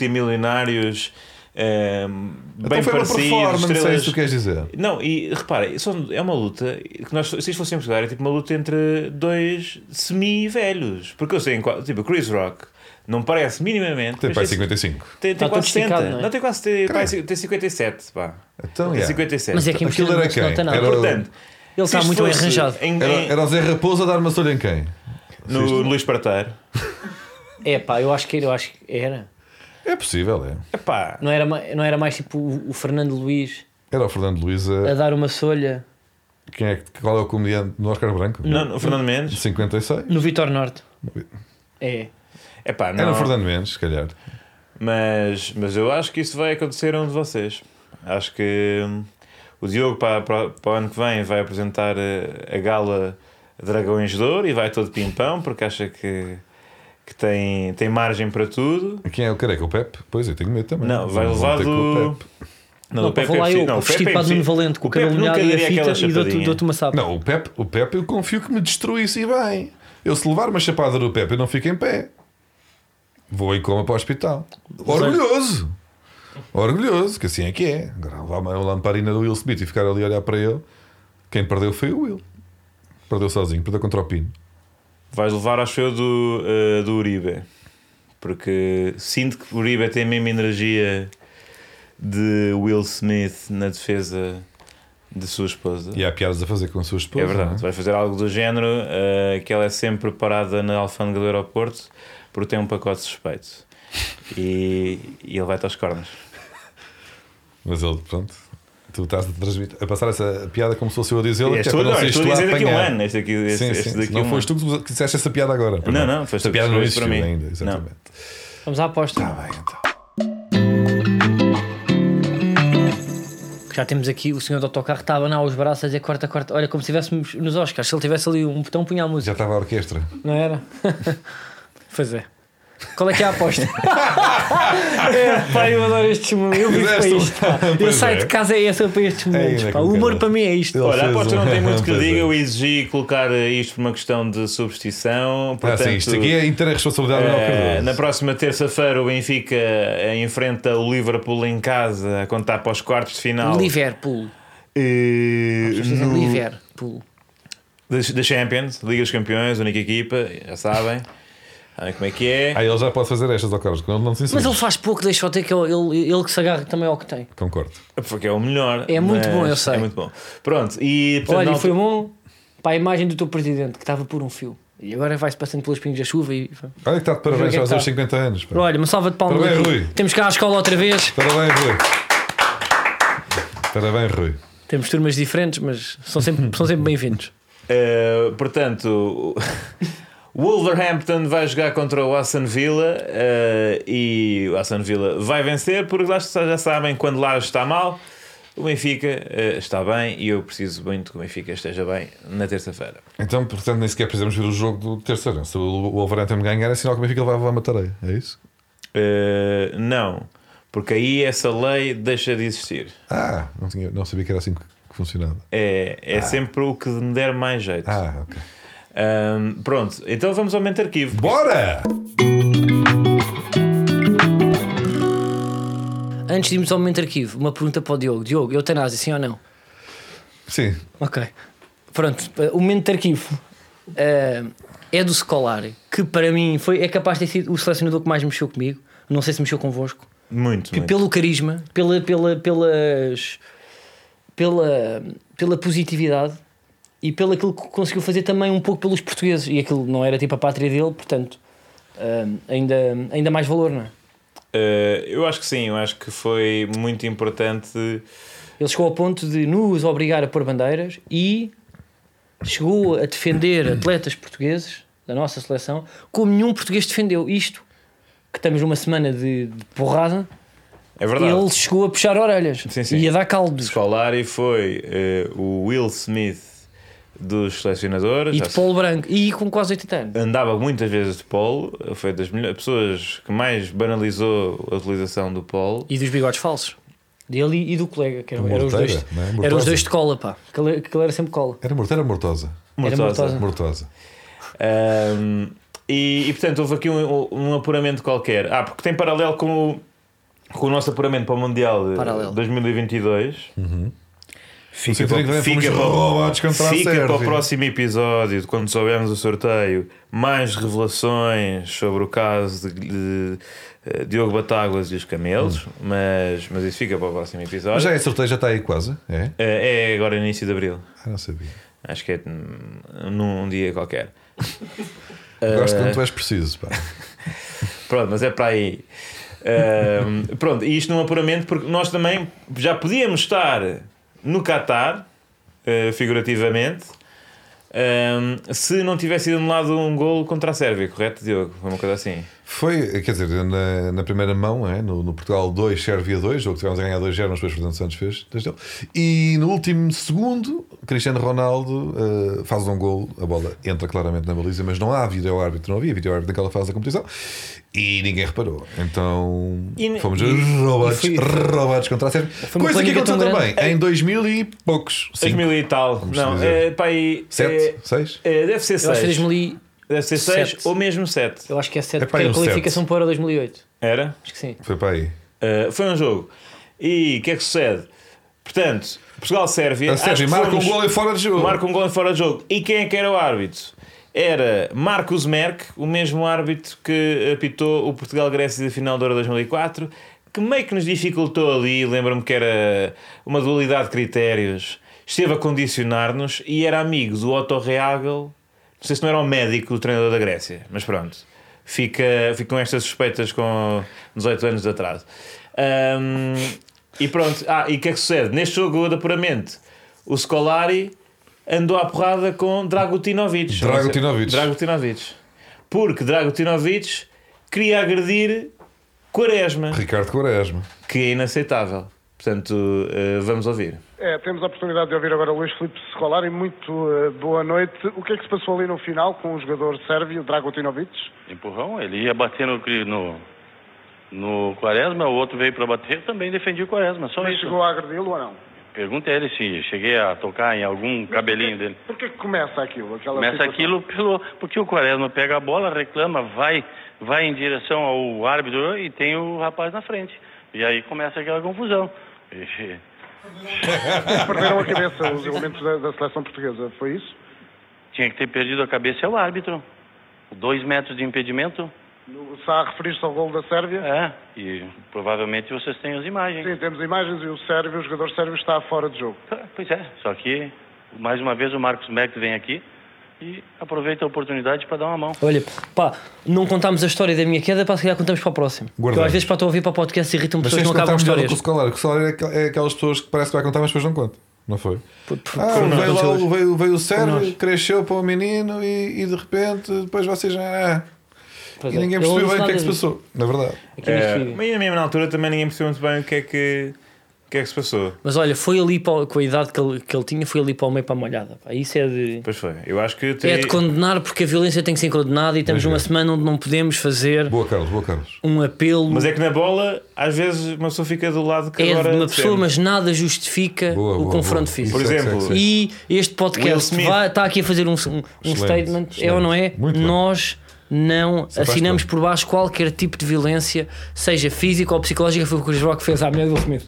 Speaker 3: multimilionários, ehm, bem
Speaker 2: Então foi uma
Speaker 3: parecidos,
Speaker 2: performance, é
Speaker 3: estrelas.
Speaker 2: isso que tu queres dizer.
Speaker 3: Não, e repara, são- é uma luta que nós, se isto fosse em Portugal, é tipo uma luta entre dois semi-velhos. Porque eu sei, em qual- tipo, Chris Rock não parece minimamente.
Speaker 2: Tem
Speaker 3: mas
Speaker 2: pai 55.
Speaker 3: Tem, tem
Speaker 1: Está todo
Speaker 3: quase 70.
Speaker 1: esticado,
Speaker 3: Não,
Speaker 1: não é?
Speaker 3: tem quase. Tem, pá, tem 57, pá.
Speaker 2: Então,
Speaker 3: tem
Speaker 2: yeah.
Speaker 3: 57.
Speaker 1: Mas é que em
Speaker 2: Aquilo
Speaker 1: Portugal
Speaker 2: era
Speaker 1: não se nota
Speaker 2: quem?
Speaker 1: nada.
Speaker 2: Era o-
Speaker 3: Portanto,
Speaker 1: Ele
Speaker 3: se
Speaker 1: está
Speaker 3: isto
Speaker 1: muito bem
Speaker 3: fosse
Speaker 1: arranjado.
Speaker 3: em-
Speaker 2: Era,
Speaker 3: em-
Speaker 2: era o Zé Raposo a dar uma solha em quem?
Speaker 3: no Luís Parteiro.
Speaker 1: É pá, eu acho que era, eu acho que era.
Speaker 2: É possível, é.
Speaker 3: Epá,
Speaker 1: Não era, ma- não era mais tipo o, o Fernando Luís
Speaker 2: Era o Fernando Luís.
Speaker 1: a
Speaker 2: A...
Speaker 1: dar uma solha
Speaker 2: Quem é, que- qual é o comediante no Oscar Branco?
Speaker 3: não, não, Fernando
Speaker 2: De
Speaker 3: Mendes.
Speaker 2: 56?
Speaker 1: no Vitor Norte. É.
Speaker 3: Epá, não.
Speaker 2: Era o Fernando Mendes, se calhar.
Speaker 3: Mas, mas eu acho que isso vai acontecer a um de vocês. Acho que hum, o Diogo para, para, para o ano que vem vai apresentar eh, a, gala Dragões de Ouro e vai todo pimpão porque acha que, que tem, tem margem para tudo.
Speaker 2: Quem é o careca? O Pepe? Pois eu tenho medo também.
Speaker 3: Não, vai
Speaker 2: Vamos
Speaker 3: levar
Speaker 2: ter com o
Speaker 3: do-
Speaker 2: Pepe.
Speaker 3: Não,
Speaker 1: Não,
Speaker 3: o
Speaker 1: pá,
Speaker 3: Pepe
Speaker 1: vou
Speaker 3: é
Speaker 1: lá eu,
Speaker 3: possível.
Speaker 1: com
Speaker 3: Não,
Speaker 1: o
Speaker 3: o Pepe
Speaker 1: vestido
Speaker 3: é
Speaker 1: para Nuno
Speaker 3: possível.
Speaker 1: Valente, com o
Speaker 3: O Pepe
Speaker 1: cabelo molhado
Speaker 3: nunca
Speaker 1: e a
Speaker 3: daria aquela
Speaker 1: fita e dou-te
Speaker 3: chapadinha.
Speaker 1: dou-te uma
Speaker 3: Tá
Speaker 1: sapa.
Speaker 2: Não, o Pepe, o Pepe eu confio que me destruísse e bem. Eu se levar uma chapada do Pepe eu não fico em pé. Vou em coma para o hospital. Orgulhoso! Orgulhoso, que assim é que é. Agora levar uma lamparina do Will Smith e ficar ali a olhar para ele. Quem perdeu foi o Will. Perdeu sozinho, perdeu contra o Pino.
Speaker 3: Vais levar, acho eu, do, eh, do Uribe. Porque sinto que o Uribe tem a mesma energia de Will Smith na defesa de sua esposa.
Speaker 2: E há piadas a fazer com a sua esposa.
Speaker 3: É verdade, tu vais fazer algo do género eh, que ela é sempre parada na alfândega do aeroporto porque tem um pacote suspeito e, e ele vai-te aos cornos.
Speaker 2: Mas ele, pronto, tu estás a, transmitir, a passar essa piada como se fosse eu a dizê-la. que é
Speaker 3: Este
Speaker 2: para
Speaker 3: olho,
Speaker 2: não
Speaker 3: olha,
Speaker 2: seres
Speaker 3: estou a
Speaker 2: tu
Speaker 3: dizer daqui a um
Speaker 2: apanhar.
Speaker 3: ano. Este aqui, este,
Speaker 2: Sim,
Speaker 3: este
Speaker 2: sim.
Speaker 3: daqui a
Speaker 2: não
Speaker 3: um
Speaker 2: foste
Speaker 3: ano.
Speaker 2: tu que disseste essa piada agora.
Speaker 3: Não, não, foste
Speaker 2: Essa
Speaker 3: tu que
Speaker 2: piada não existiu
Speaker 3: escreveste para mim.
Speaker 2: ainda,
Speaker 3: Não.
Speaker 2: exatamente.
Speaker 1: Vamos à aposta.
Speaker 2: Está bem, então.
Speaker 1: Já temos aqui o senhor do autocarro estava a abanar os braços a dizer corta, corta. Olha, como se estivéssemos nos Oscars. Se ele tivesse ali um botão, punha a música.
Speaker 2: Já estava a orquestra.
Speaker 1: Não era? pois é. Qual é que é a aposta? é, pá, eu adoro estes momentos. Eu vivo para
Speaker 2: Fizeste um-
Speaker 1: isto. pá. Eu
Speaker 2: Pois
Speaker 1: saio
Speaker 2: é.
Speaker 1: de casa é essa para estes momentos.
Speaker 2: ainda
Speaker 1: pá.
Speaker 2: com
Speaker 1: O humor
Speaker 2: cara.
Speaker 1: para mim é isto.
Speaker 2: Ele
Speaker 3: Olha,
Speaker 2: fez
Speaker 3: aposto que
Speaker 2: um-
Speaker 3: não tem muito que
Speaker 2: Pois é.
Speaker 3: diga. Eu exigi colocar isto por uma questão de substituição.
Speaker 2: Ah,
Speaker 3: Portanto,
Speaker 2: sim, isto aqui é inteira responsabilidade do Manuel
Speaker 3: eh,
Speaker 2: Cardoso.
Speaker 3: na próxima terça-feira, o Benfica eh, enfrenta o Liverpool em casa a contar para os quartos de final.
Speaker 1: Liverpool.
Speaker 3: Eh,
Speaker 1: Vocês dizem
Speaker 3: no-
Speaker 1: Liverpool.
Speaker 3: da da Champions, Liga dos Campeões, única equipa, já sabem. Sabem como é que é.
Speaker 2: Ah, ele já pode fazer estas ao Carlos, quando ele não se
Speaker 1: Mas
Speaker 2: insurge.
Speaker 1: ele faz pouco, deixa eu ter que ele, ele, ele que se agarra também ao que tem.
Speaker 2: Concordo.
Speaker 3: Porque é o melhor.
Speaker 1: É muito
Speaker 3: mas
Speaker 1: bom, eu sei.
Speaker 3: É muito bom. Pronto, e portanto,
Speaker 1: Olha,
Speaker 3: não-
Speaker 1: e foi bom para a imagem do teu presidente que estava por um fio. E agora vai-se passando pelos pingos da chuva e.
Speaker 2: Olha que está de parabéns
Speaker 1: Joguei
Speaker 2: aos
Speaker 1: tá.
Speaker 2: seus 50 anos. pá.
Speaker 1: Olha, uma salva de palmas.
Speaker 2: Parabéns,
Speaker 1: aqui.
Speaker 2: Rui.
Speaker 1: Temos cá a escola outra vez.
Speaker 2: Parabéns, Rui. Parabéns, Rui.
Speaker 1: Temos turmas diferentes, mas são sempre, são sempre bem-vindos.
Speaker 3: eh, portanto, o Wolverhampton vai jogar contra o Aston Villa eh, e o Aston Villa vai vencer, porque lá está- já sabem, quando Lara está mal, o Benfica eh, está bem e eu preciso muito que o Benfica esteja bem na terça-feira.
Speaker 2: Então, portanto, nem sequer precisamos ver o jogo do terceiro. Se o Wolverhampton ganhar, é sinal que o Benfica vai levar uma tareia. É isso?
Speaker 3: Eh, não, porque aí essa lei deixa de existir.
Speaker 2: Ah, não, tinha- não sabia que era assim que que funcionava.
Speaker 3: É, é sempre o que me der mais jeito.
Speaker 2: Ah, ok.
Speaker 3: Ahm, pronto, então vamos ao mente arquivo.
Speaker 2: Bora!
Speaker 1: Antes de irmos ao momento arquivo, uma pergunta para o Diogo. Diogo, eutanásia, sim ou não?
Speaker 2: Sim,
Speaker 1: Ok. Pronto, eh, o momento de arquivo. eh, é do Scolari, que para mim foi, é capaz de ter sido o selecionador que mais mexeu comigo. Não sei se mexeu convosco.
Speaker 3: Muito,
Speaker 1: P-
Speaker 3: muito.
Speaker 1: Pelo carisma, pela, pela, pelas, pela, pela positividade e pelo aquilo que conseguiu fazer também um pouco pelos portugueses. E aquilo não era tipo a pátria dele, portanto, eh, ainda, ainda mais valor, não é?
Speaker 3: Eh, eu acho que sim, eu acho que foi muito importante.
Speaker 1: Ele chegou ao ponto de nos obrigar a pôr bandeiras e chegou a defender atletas portugueses da nossa seleção como nenhum português defendeu. Isto, que estamos numa semana de, de porrada,
Speaker 3: É verdade.
Speaker 1: ele chegou a puxar orelhas
Speaker 3: Sim, sim.
Speaker 1: e a dar caldos.
Speaker 3: Scolari foi eh, o Will Smith dos selecionadores.
Speaker 1: E
Speaker 3: Já
Speaker 1: de
Speaker 3: se-
Speaker 1: polo branco. E com quase 80 anos.
Speaker 3: Andava muitas vezes de polo, foi das melhores pessoas que mais banalizou a utilização do polo.
Speaker 1: E dos bigodes falsos. Dele e do colega, que eram, eram os,
Speaker 2: Morteira,
Speaker 1: dois,
Speaker 2: não é?
Speaker 1: eram os
Speaker 2: Mortosa.
Speaker 1: dois de cola, pá. Que ele, que ele era sempre cola.
Speaker 2: Era mortosa, era mortosa.
Speaker 1: Era
Speaker 3: Mortosa.
Speaker 2: Mortosa.
Speaker 3: Ahm, e, e, portanto houve aqui um, um apuramento qualquer. Ah, porque tem paralelo com o, com o nosso apuramento para o Mundial de
Speaker 1: Paralelo.
Speaker 3: 2022.
Speaker 2: Uhum. Fica para, fica para, roubados contra a
Speaker 3: fica para o
Speaker 2: Sérvia.
Speaker 3: próximo episódio, de quando soubermos o sorteio, mais revelações sobre o caso de, de, eh, Diogo Batáguas e os camelos. Mas, mas isso fica para o próximo
Speaker 2: Hum. Mas
Speaker 3: episódio.
Speaker 2: já é sorteio, já está aí quase. É?
Speaker 3: Eh, É agora início de abril.
Speaker 2: Ah, não sabia.
Speaker 3: Acho que é hum, num dia qualquer.
Speaker 2: Gosto
Speaker 3: Eh,
Speaker 2: quando tu és preciso. Pá.
Speaker 3: Pronto, mas é para aí. Ahm, pronto, e isto num apuramento, porque nós também já podíamos estar no Qatar, eh, figurativamente, ahm, se não tivesse ido anulado um golo contra a Sérvia, correto, Diogo? Foi uma coisa assim.
Speaker 2: Foi, quer dizer, na, na primeira mão, é? no, no Portugal 2, Sérvia 2, ou que tivemos a ganhar 2-0, mas depois Fernando Santos fez. 2-0. E no último segundo, Cristiano Ronaldo eh, faz um gol, a bola entra claramente na baliza, mas não há vídeo árbitro, não havia vídeo árbitro naquela fase da competição e ninguém reparou. Então
Speaker 3: E-
Speaker 2: fomos
Speaker 3: e-
Speaker 2: roubados,
Speaker 1: e
Speaker 2: roubados contra a Sérvia.
Speaker 1: uma
Speaker 2: Coisa que
Speaker 1: polémica tão
Speaker 2: aconteceu também em 2000 e poucos, 5,
Speaker 3: 2000 e tal. Não,
Speaker 2: dizer.
Speaker 3: é, para aí.
Speaker 2: 7, 6.
Speaker 3: é- é, deve ser
Speaker 1: Eu acho que
Speaker 3: 6.
Speaker 1: 2000,
Speaker 3: Deve ser 6
Speaker 1: sete.
Speaker 3: ou mesmo 7.
Speaker 1: eu acho que é 7,
Speaker 2: É pá,
Speaker 1: porque é
Speaker 2: é
Speaker 1: a
Speaker 2: um
Speaker 1: qualificação para o Euro 2008.
Speaker 3: Era?
Speaker 1: Acho que sim.
Speaker 2: Foi para aí.
Speaker 3: Ah, foi um jogo. E o que é que sucede? Portanto, Portugal-Sérvia.
Speaker 2: A
Speaker 3: acho
Speaker 2: Sérvia
Speaker 3: que
Speaker 2: marca um
Speaker 3: fomos-
Speaker 2: gol e fora de jogo.
Speaker 3: Marca um gol em fora de jogo. E quem é que era o árbitro? Era Marcos Merck, o mesmo árbitro que apitou o Portugal-Grécia da final da Euro 2004, que meio que nos dificultou ali. Lembro-me que era uma dualidade de critérios. Esteve a condicionar-nos e era amigo do Otto Reagel. Não sei se não era o médico do treinador da Grécia, mas pronto. Fica, ficam estas suspeitas com 18 anos de atraso. Ahm, e pronto. Ah, e o que é que sucede? Neste jogo de apuramento, o Scolari andou à porrada com Dragutinovic.
Speaker 2: Dragutinovic.
Speaker 3: Dragutinovic. Porque Dragutinovic queria agredir Quaresma,
Speaker 2: Ricardo Quaresma.
Speaker 3: que é inaceitável. Portanto, eh, vamos ouvir.
Speaker 4: É, temos a oportunidade de ouvir agora o Luís Filipe Scolari. Muito eh, boa noite. O que é que se passou ali no final com o jogador sérvio, Dragutinovic?
Speaker 5: Empurrão, ele ia bater no, cri- no, no Quaresma, o outro veio para bater, eu também defendi o Quaresma, só
Speaker 4: Mas
Speaker 5: isso.
Speaker 4: chegou a agredi-lo ou não?
Speaker 5: Pergunta a ele se cheguei a tocar em algum cabelinho dele.
Speaker 4: Por que que começa aquilo? Aquela
Speaker 5: Começa
Speaker 4: situação?
Speaker 5: aquilo pelo, porque o Quaresma pega a bola, reclama, vai, vai em direção ao árbitro e tem o rapaz na frente. E aí começa aquela confusão. E-
Speaker 4: Perderam a cabeça os elementos da, da seleção portuguesa, foi isso?
Speaker 5: tinha que ter perdido a cabeça é o árbitro. Dois metros de impedimento.
Speaker 4: No, se há a referir-se ao gol da Sérvia?
Speaker 5: É, e provavelmente vocês têm as imagens.
Speaker 4: Sim, temos imagens e o sérvio, o jogador sérvio está fora de jogo.
Speaker 5: Ah, Pois é, só que mais uma vez o Marcos Merck vem aqui e aproveita a oportunidade para dar uma mão.
Speaker 1: Olha, pá, não contámos a história da minha queda, pá, se calhar contamos para o próximo.
Speaker 2: Guardamos.
Speaker 1: Eu às vezes para estou a ouvir para o podcast irritam
Speaker 2: Mas
Speaker 1: pessoas que
Speaker 2: tens
Speaker 1: não
Speaker 2: de contar
Speaker 1: acabam
Speaker 2: melhor do
Speaker 1: histórias.
Speaker 2: que o Scolari. O Scolari é aquel- é aquelas pessoas que parece que vai contar, mas depois não conta. Não foi? Ah,
Speaker 1: nós,
Speaker 2: veio, lá,
Speaker 1: aconteceu
Speaker 2: o-
Speaker 1: hoje.
Speaker 2: veio, veio o Sérvio,
Speaker 1: nós.
Speaker 2: cresceu para o menino e, e de repente depois vocês. Ah,
Speaker 1: Pois
Speaker 2: e
Speaker 1: é.
Speaker 2: ninguém
Speaker 1: Eu
Speaker 2: percebeu
Speaker 1: ouvi
Speaker 2: bem o que é que se
Speaker 1: nada
Speaker 2: passou. É. Na verdade.
Speaker 1: aqui neste
Speaker 3: Eh,
Speaker 1: vídeo.
Speaker 3: mas na mesma altura também ninguém percebeu muito bem o que é que, o que, é que se passou.
Speaker 1: Mas olha, foi ali para, o- com a idade que ele, que ele tinha, foi ali para o meio para a molhada. Pá. Isso é de.
Speaker 3: Pois foi. Eu acho que.
Speaker 1: É
Speaker 3: teria-
Speaker 1: de condenar porque a violência tem que ser condenada e temos
Speaker 2: é.
Speaker 1: uma semana onde não podemos fazer
Speaker 2: Boa, Carlos, boa, Carlos.
Speaker 1: um apelo.
Speaker 3: Mas é que na bola, às vezes, uma pessoa fica do lado que
Speaker 1: é de
Speaker 3: agora.
Speaker 1: uma
Speaker 3: defende.
Speaker 1: pessoa, mas nada justifica
Speaker 2: Boa,
Speaker 1: o
Speaker 2: boa,
Speaker 1: confronto
Speaker 2: boa.
Speaker 1: físico.
Speaker 3: Por
Speaker 2: Isso é que
Speaker 3: exemplo,
Speaker 2: sei que sei.
Speaker 1: E este
Speaker 3: Will
Speaker 1: podcast
Speaker 3: Smith.
Speaker 1: vai- está aqui a fazer um, um- um
Speaker 2: Excelente,
Speaker 1: statement, é
Speaker 2: excelente.
Speaker 1: ou não é?
Speaker 2: Muito bem.
Speaker 1: Nós não
Speaker 2: faz
Speaker 1: assinamos
Speaker 2: bem.
Speaker 1: por baixo qualquer tipo de violência, seja física ou psicológica, foi o que o Chris Rock fez à mulher do Will Smith.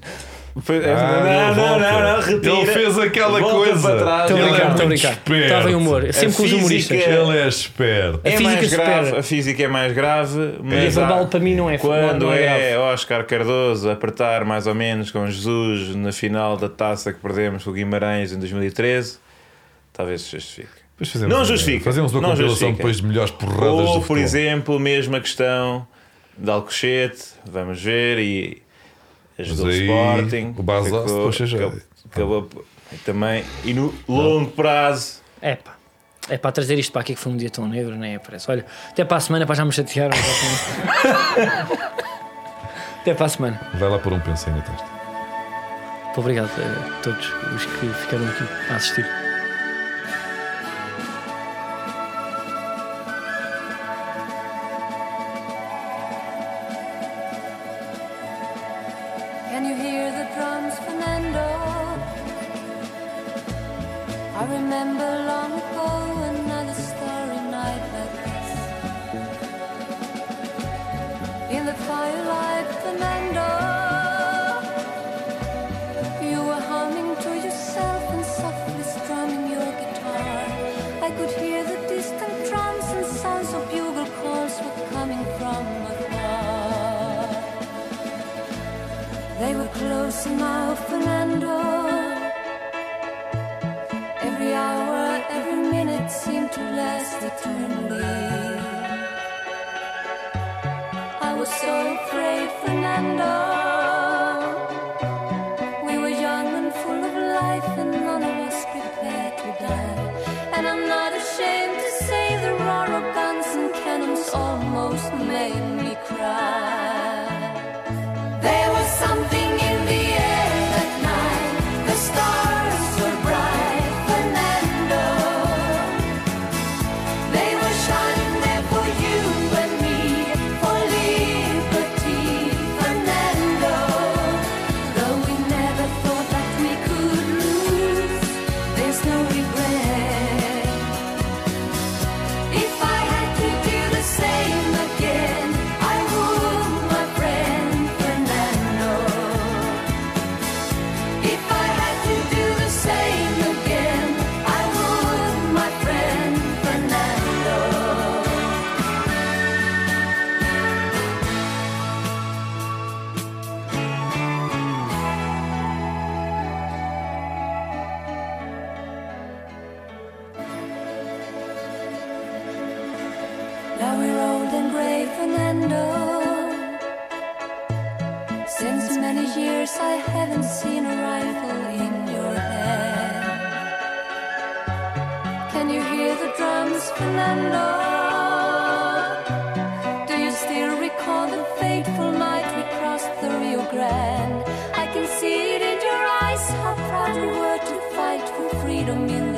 Speaker 3: Foi- é
Speaker 2: Ah,
Speaker 3: não, não, não,
Speaker 2: volta.
Speaker 3: não, retira.
Speaker 2: Ele fez aquela
Speaker 3: Volta
Speaker 2: coisa.
Speaker 3: para trás.
Speaker 1: Estou
Speaker 2: Estou
Speaker 1: a
Speaker 2: Ele é
Speaker 1: brincar, estou a
Speaker 2: muito
Speaker 1: brincar.
Speaker 2: esperto.
Speaker 1: Estava em humor, sempre com os
Speaker 3: física-
Speaker 1: humoristas.
Speaker 2: Ele é esperto.
Speaker 1: A
Speaker 3: É
Speaker 1: física
Speaker 3: mais grave,
Speaker 1: supera.
Speaker 3: a física é mais grave, mas
Speaker 1: E a
Speaker 3: há-
Speaker 1: verbal para mim não é
Speaker 3: quando
Speaker 1: não é, grave.
Speaker 3: é, Oscar Cardoso a apertar mais ou menos com Jesus na final da taça que perdemos com o Guimarães em 2013, talvez se justifique.
Speaker 2: Depois fazemos
Speaker 3: Não
Speaker 2: uma-
Speaker 3: justifica.
Speaker 2: Fazemos uma
Speaker 3: Não
Speaker 2: compilação
Speaker 3: justifica.
Speaker 2: depois de melhores porradas do
Speaker 3: Ou, por
Speaker 2: futebol.
Speaker 3: exemplo, mesmo a questão de Alcochete, vamos ver, e ajudou
Speaker 2: Mas aí,
Speaker 3: o Sporting.
Speaker 2: o Basel, poxa, já-
Speaker 3: acabou- acabou- também, e no longo prazo,
Speaker 1: É pá. É para trazer isto para aqui que foi um dia tão negro, nem é? Parece. Olha, até para a semana, para já me chatearam. até para a semana.
Speaker 2: Vai lá pôr um pensa aí na testa.
Speaker 1: Obrigado a todos os que ficaram aqui a assistir.
Speaker 6: Can you hear the drums, Fernando? I remember long ago another starry night like this. In the firelight, Fernando, you were humming to yourself and softly strumming your guitar. I could hear the distant drums and sounds of bugle calls were coming from afar. They were close now, Fernando. Every hour, every minute seemed to last eternally. I was so afraid, Fernando. We were young and full of life, and none of us prepared to die. And I'm not ashamed to say the roar of guns and cannons almost made me cry. There was something in the air that night. The stars were bright, Fernando. They were shining there for you and me, for liberty, Fernando. Though we never thought that we could lose, there's no regret. If I had to do the same again, I would, my friend Fernando. If I had to do the same again, I would, my friend Fernando. Now we're old and gray, Fernando. Since many years I haven't seen a rifle in your hand. Can you hear the drums, Fernando? Do you still recall the fateful night we crossed the Rio Grande? I can see it in your eyes how proud you were to fight for freedom in